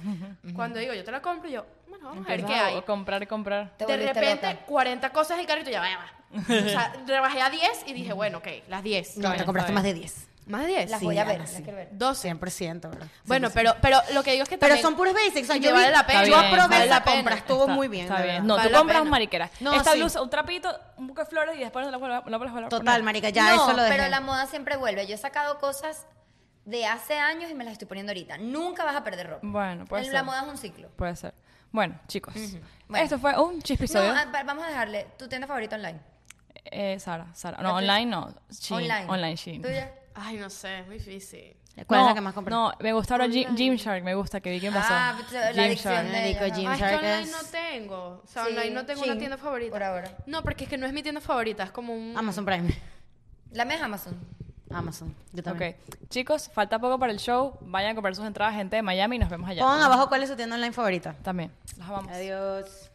Speaker 1: Cuando digo, yo te la compro, yo, bueno, vamos a ver qué
Speaker 2: Empiezas a
Speaker 1: hay.
Speaker 2: Comprar, comprar.
Speaker 4: Te
Speaker 1: De
Speaker 4: volviste
Speaker 1: repente,
Speaker 4: loca.
Speaker 1: 40
Speaker 4: (laughs)
Speaker 1: cosas en el carrito, ya va, ya va. O sea, rebajé a 10 y dije, bueno, ok, las 10.
Speaker 3: No, te compraste
Speaker 2: bien.
Speaker 3: más de 10.
Speaker 1: Más de 10.
Speaker 4: Las
Speaker 3: Sí,
Speaker 4: voy a ver,
Speaker 3: Ana,
Speaker 4: las
Speaker 3: sí.
Speaker 4: quiero ver.
Speaker 1: 12.
Speaker 3: 100%, ¿verdad?
Speaker 1: Bueno, pero, pero lo que digo es que
Speaker 3: Pero
Speaker 1: también-
Speaker 3: son puros basics. O sea,
Speaker 1: Y
Speaker 3: yo,
Speaker 1: que vale
Speaker 3: vi-
Speaker 1: la pena,
Speaker 3: yo aprobé
Speaker 1: vale
Speaker 3: esa
Speaker 1: la pena.
Speaker 3: compra. Estuvo
Speaker 2: Está-
Speaker 3: muy bien.
Speaker 2: Está
Speaker 3: de
Speaker 2: bien.
Speaker 3: verdad.
Speaker 2: No,
Speaker 1: Vale
Speaker 2: tú
Speaker 1: la
Speaker 2: compras
Speaker 1: pena.
Speaker 2: mariquera.
Speaker 3: No,
Speaker 2: Esta
Speaker 3: sí.
Speaker 2: blusa, un trapito, un poco de flores y después no la vuelvo- no la vuelvo a poner.
Speaker 3: Total, marica, ya
Speaker 4: no,
Speaker 3: eso lo dejé.
Speaker 4: pero la moda siempre vuelve. Yo he sacado cosas de hace años y me las estoy poniendo ahorita. Nunca vas a perder ropa.
Speaker 2: Bueno, puede
Speaker 4: El-
Speaker 2: ser.
Speaker 4: La moda es un ciclo.
Speaker 2: Puede ser. Bueno, chicos.
Speaker 4: Bueno.
Speaker 2: Esto fue un chispisodio.
Speaker 4: No, ah, va- vamos a dejarle tu tienda favorita online.
Speaker 2: Eh, Sara, Sara. No,
Speaker 4: Ah, sí.
Speaker 2: online no. Shein,
Speaker 4: online.
Speaker 2: Online Shein.
Speaker 4: ¿Tuya?
Speaker 1: Ay, no sé, es muy difícil.
Speaker 2: no,
Speaker 3: ¿Cuál es la que más compré?
Speaker 2: No, me gusta ahora Jim- Gymshark, me gusta que vi que pasó.
Speaker 4: Ah, pues, la adicción de
Speaker 3: Marico,
Speaker 4: ella, ¿no?
Speaker 3: Jim
Speaker 1: Ah, es que
Speaker 3: Shark
Speaker 1: online
Speaker 3: es-
Speaker 1: no tengo. O sea,
Speaker 4: Sí,
Speaker 1: online no tengo una
Speaker 4: Shein,
Speaker 1: tienda favorita.
Speaker 4: por ahora.
Speaker 1: No, porque es que no es mi tienda favorita, es como un...
Speaker 3: Amazon Prime.
Speaker 4: La mía es Amazon.
Speaker 3: Amazon. Yo también.
Speaker 2: Ok. Chicos, falta poco para el show. Vayan a comprar sus entradas, gente de Miami, y nos vemos allá.
Speaker 3: Pongan abajo cuál es su tienda online favorita.
Speaker 2: También. Los amamos.
Speaker 3: Adiós.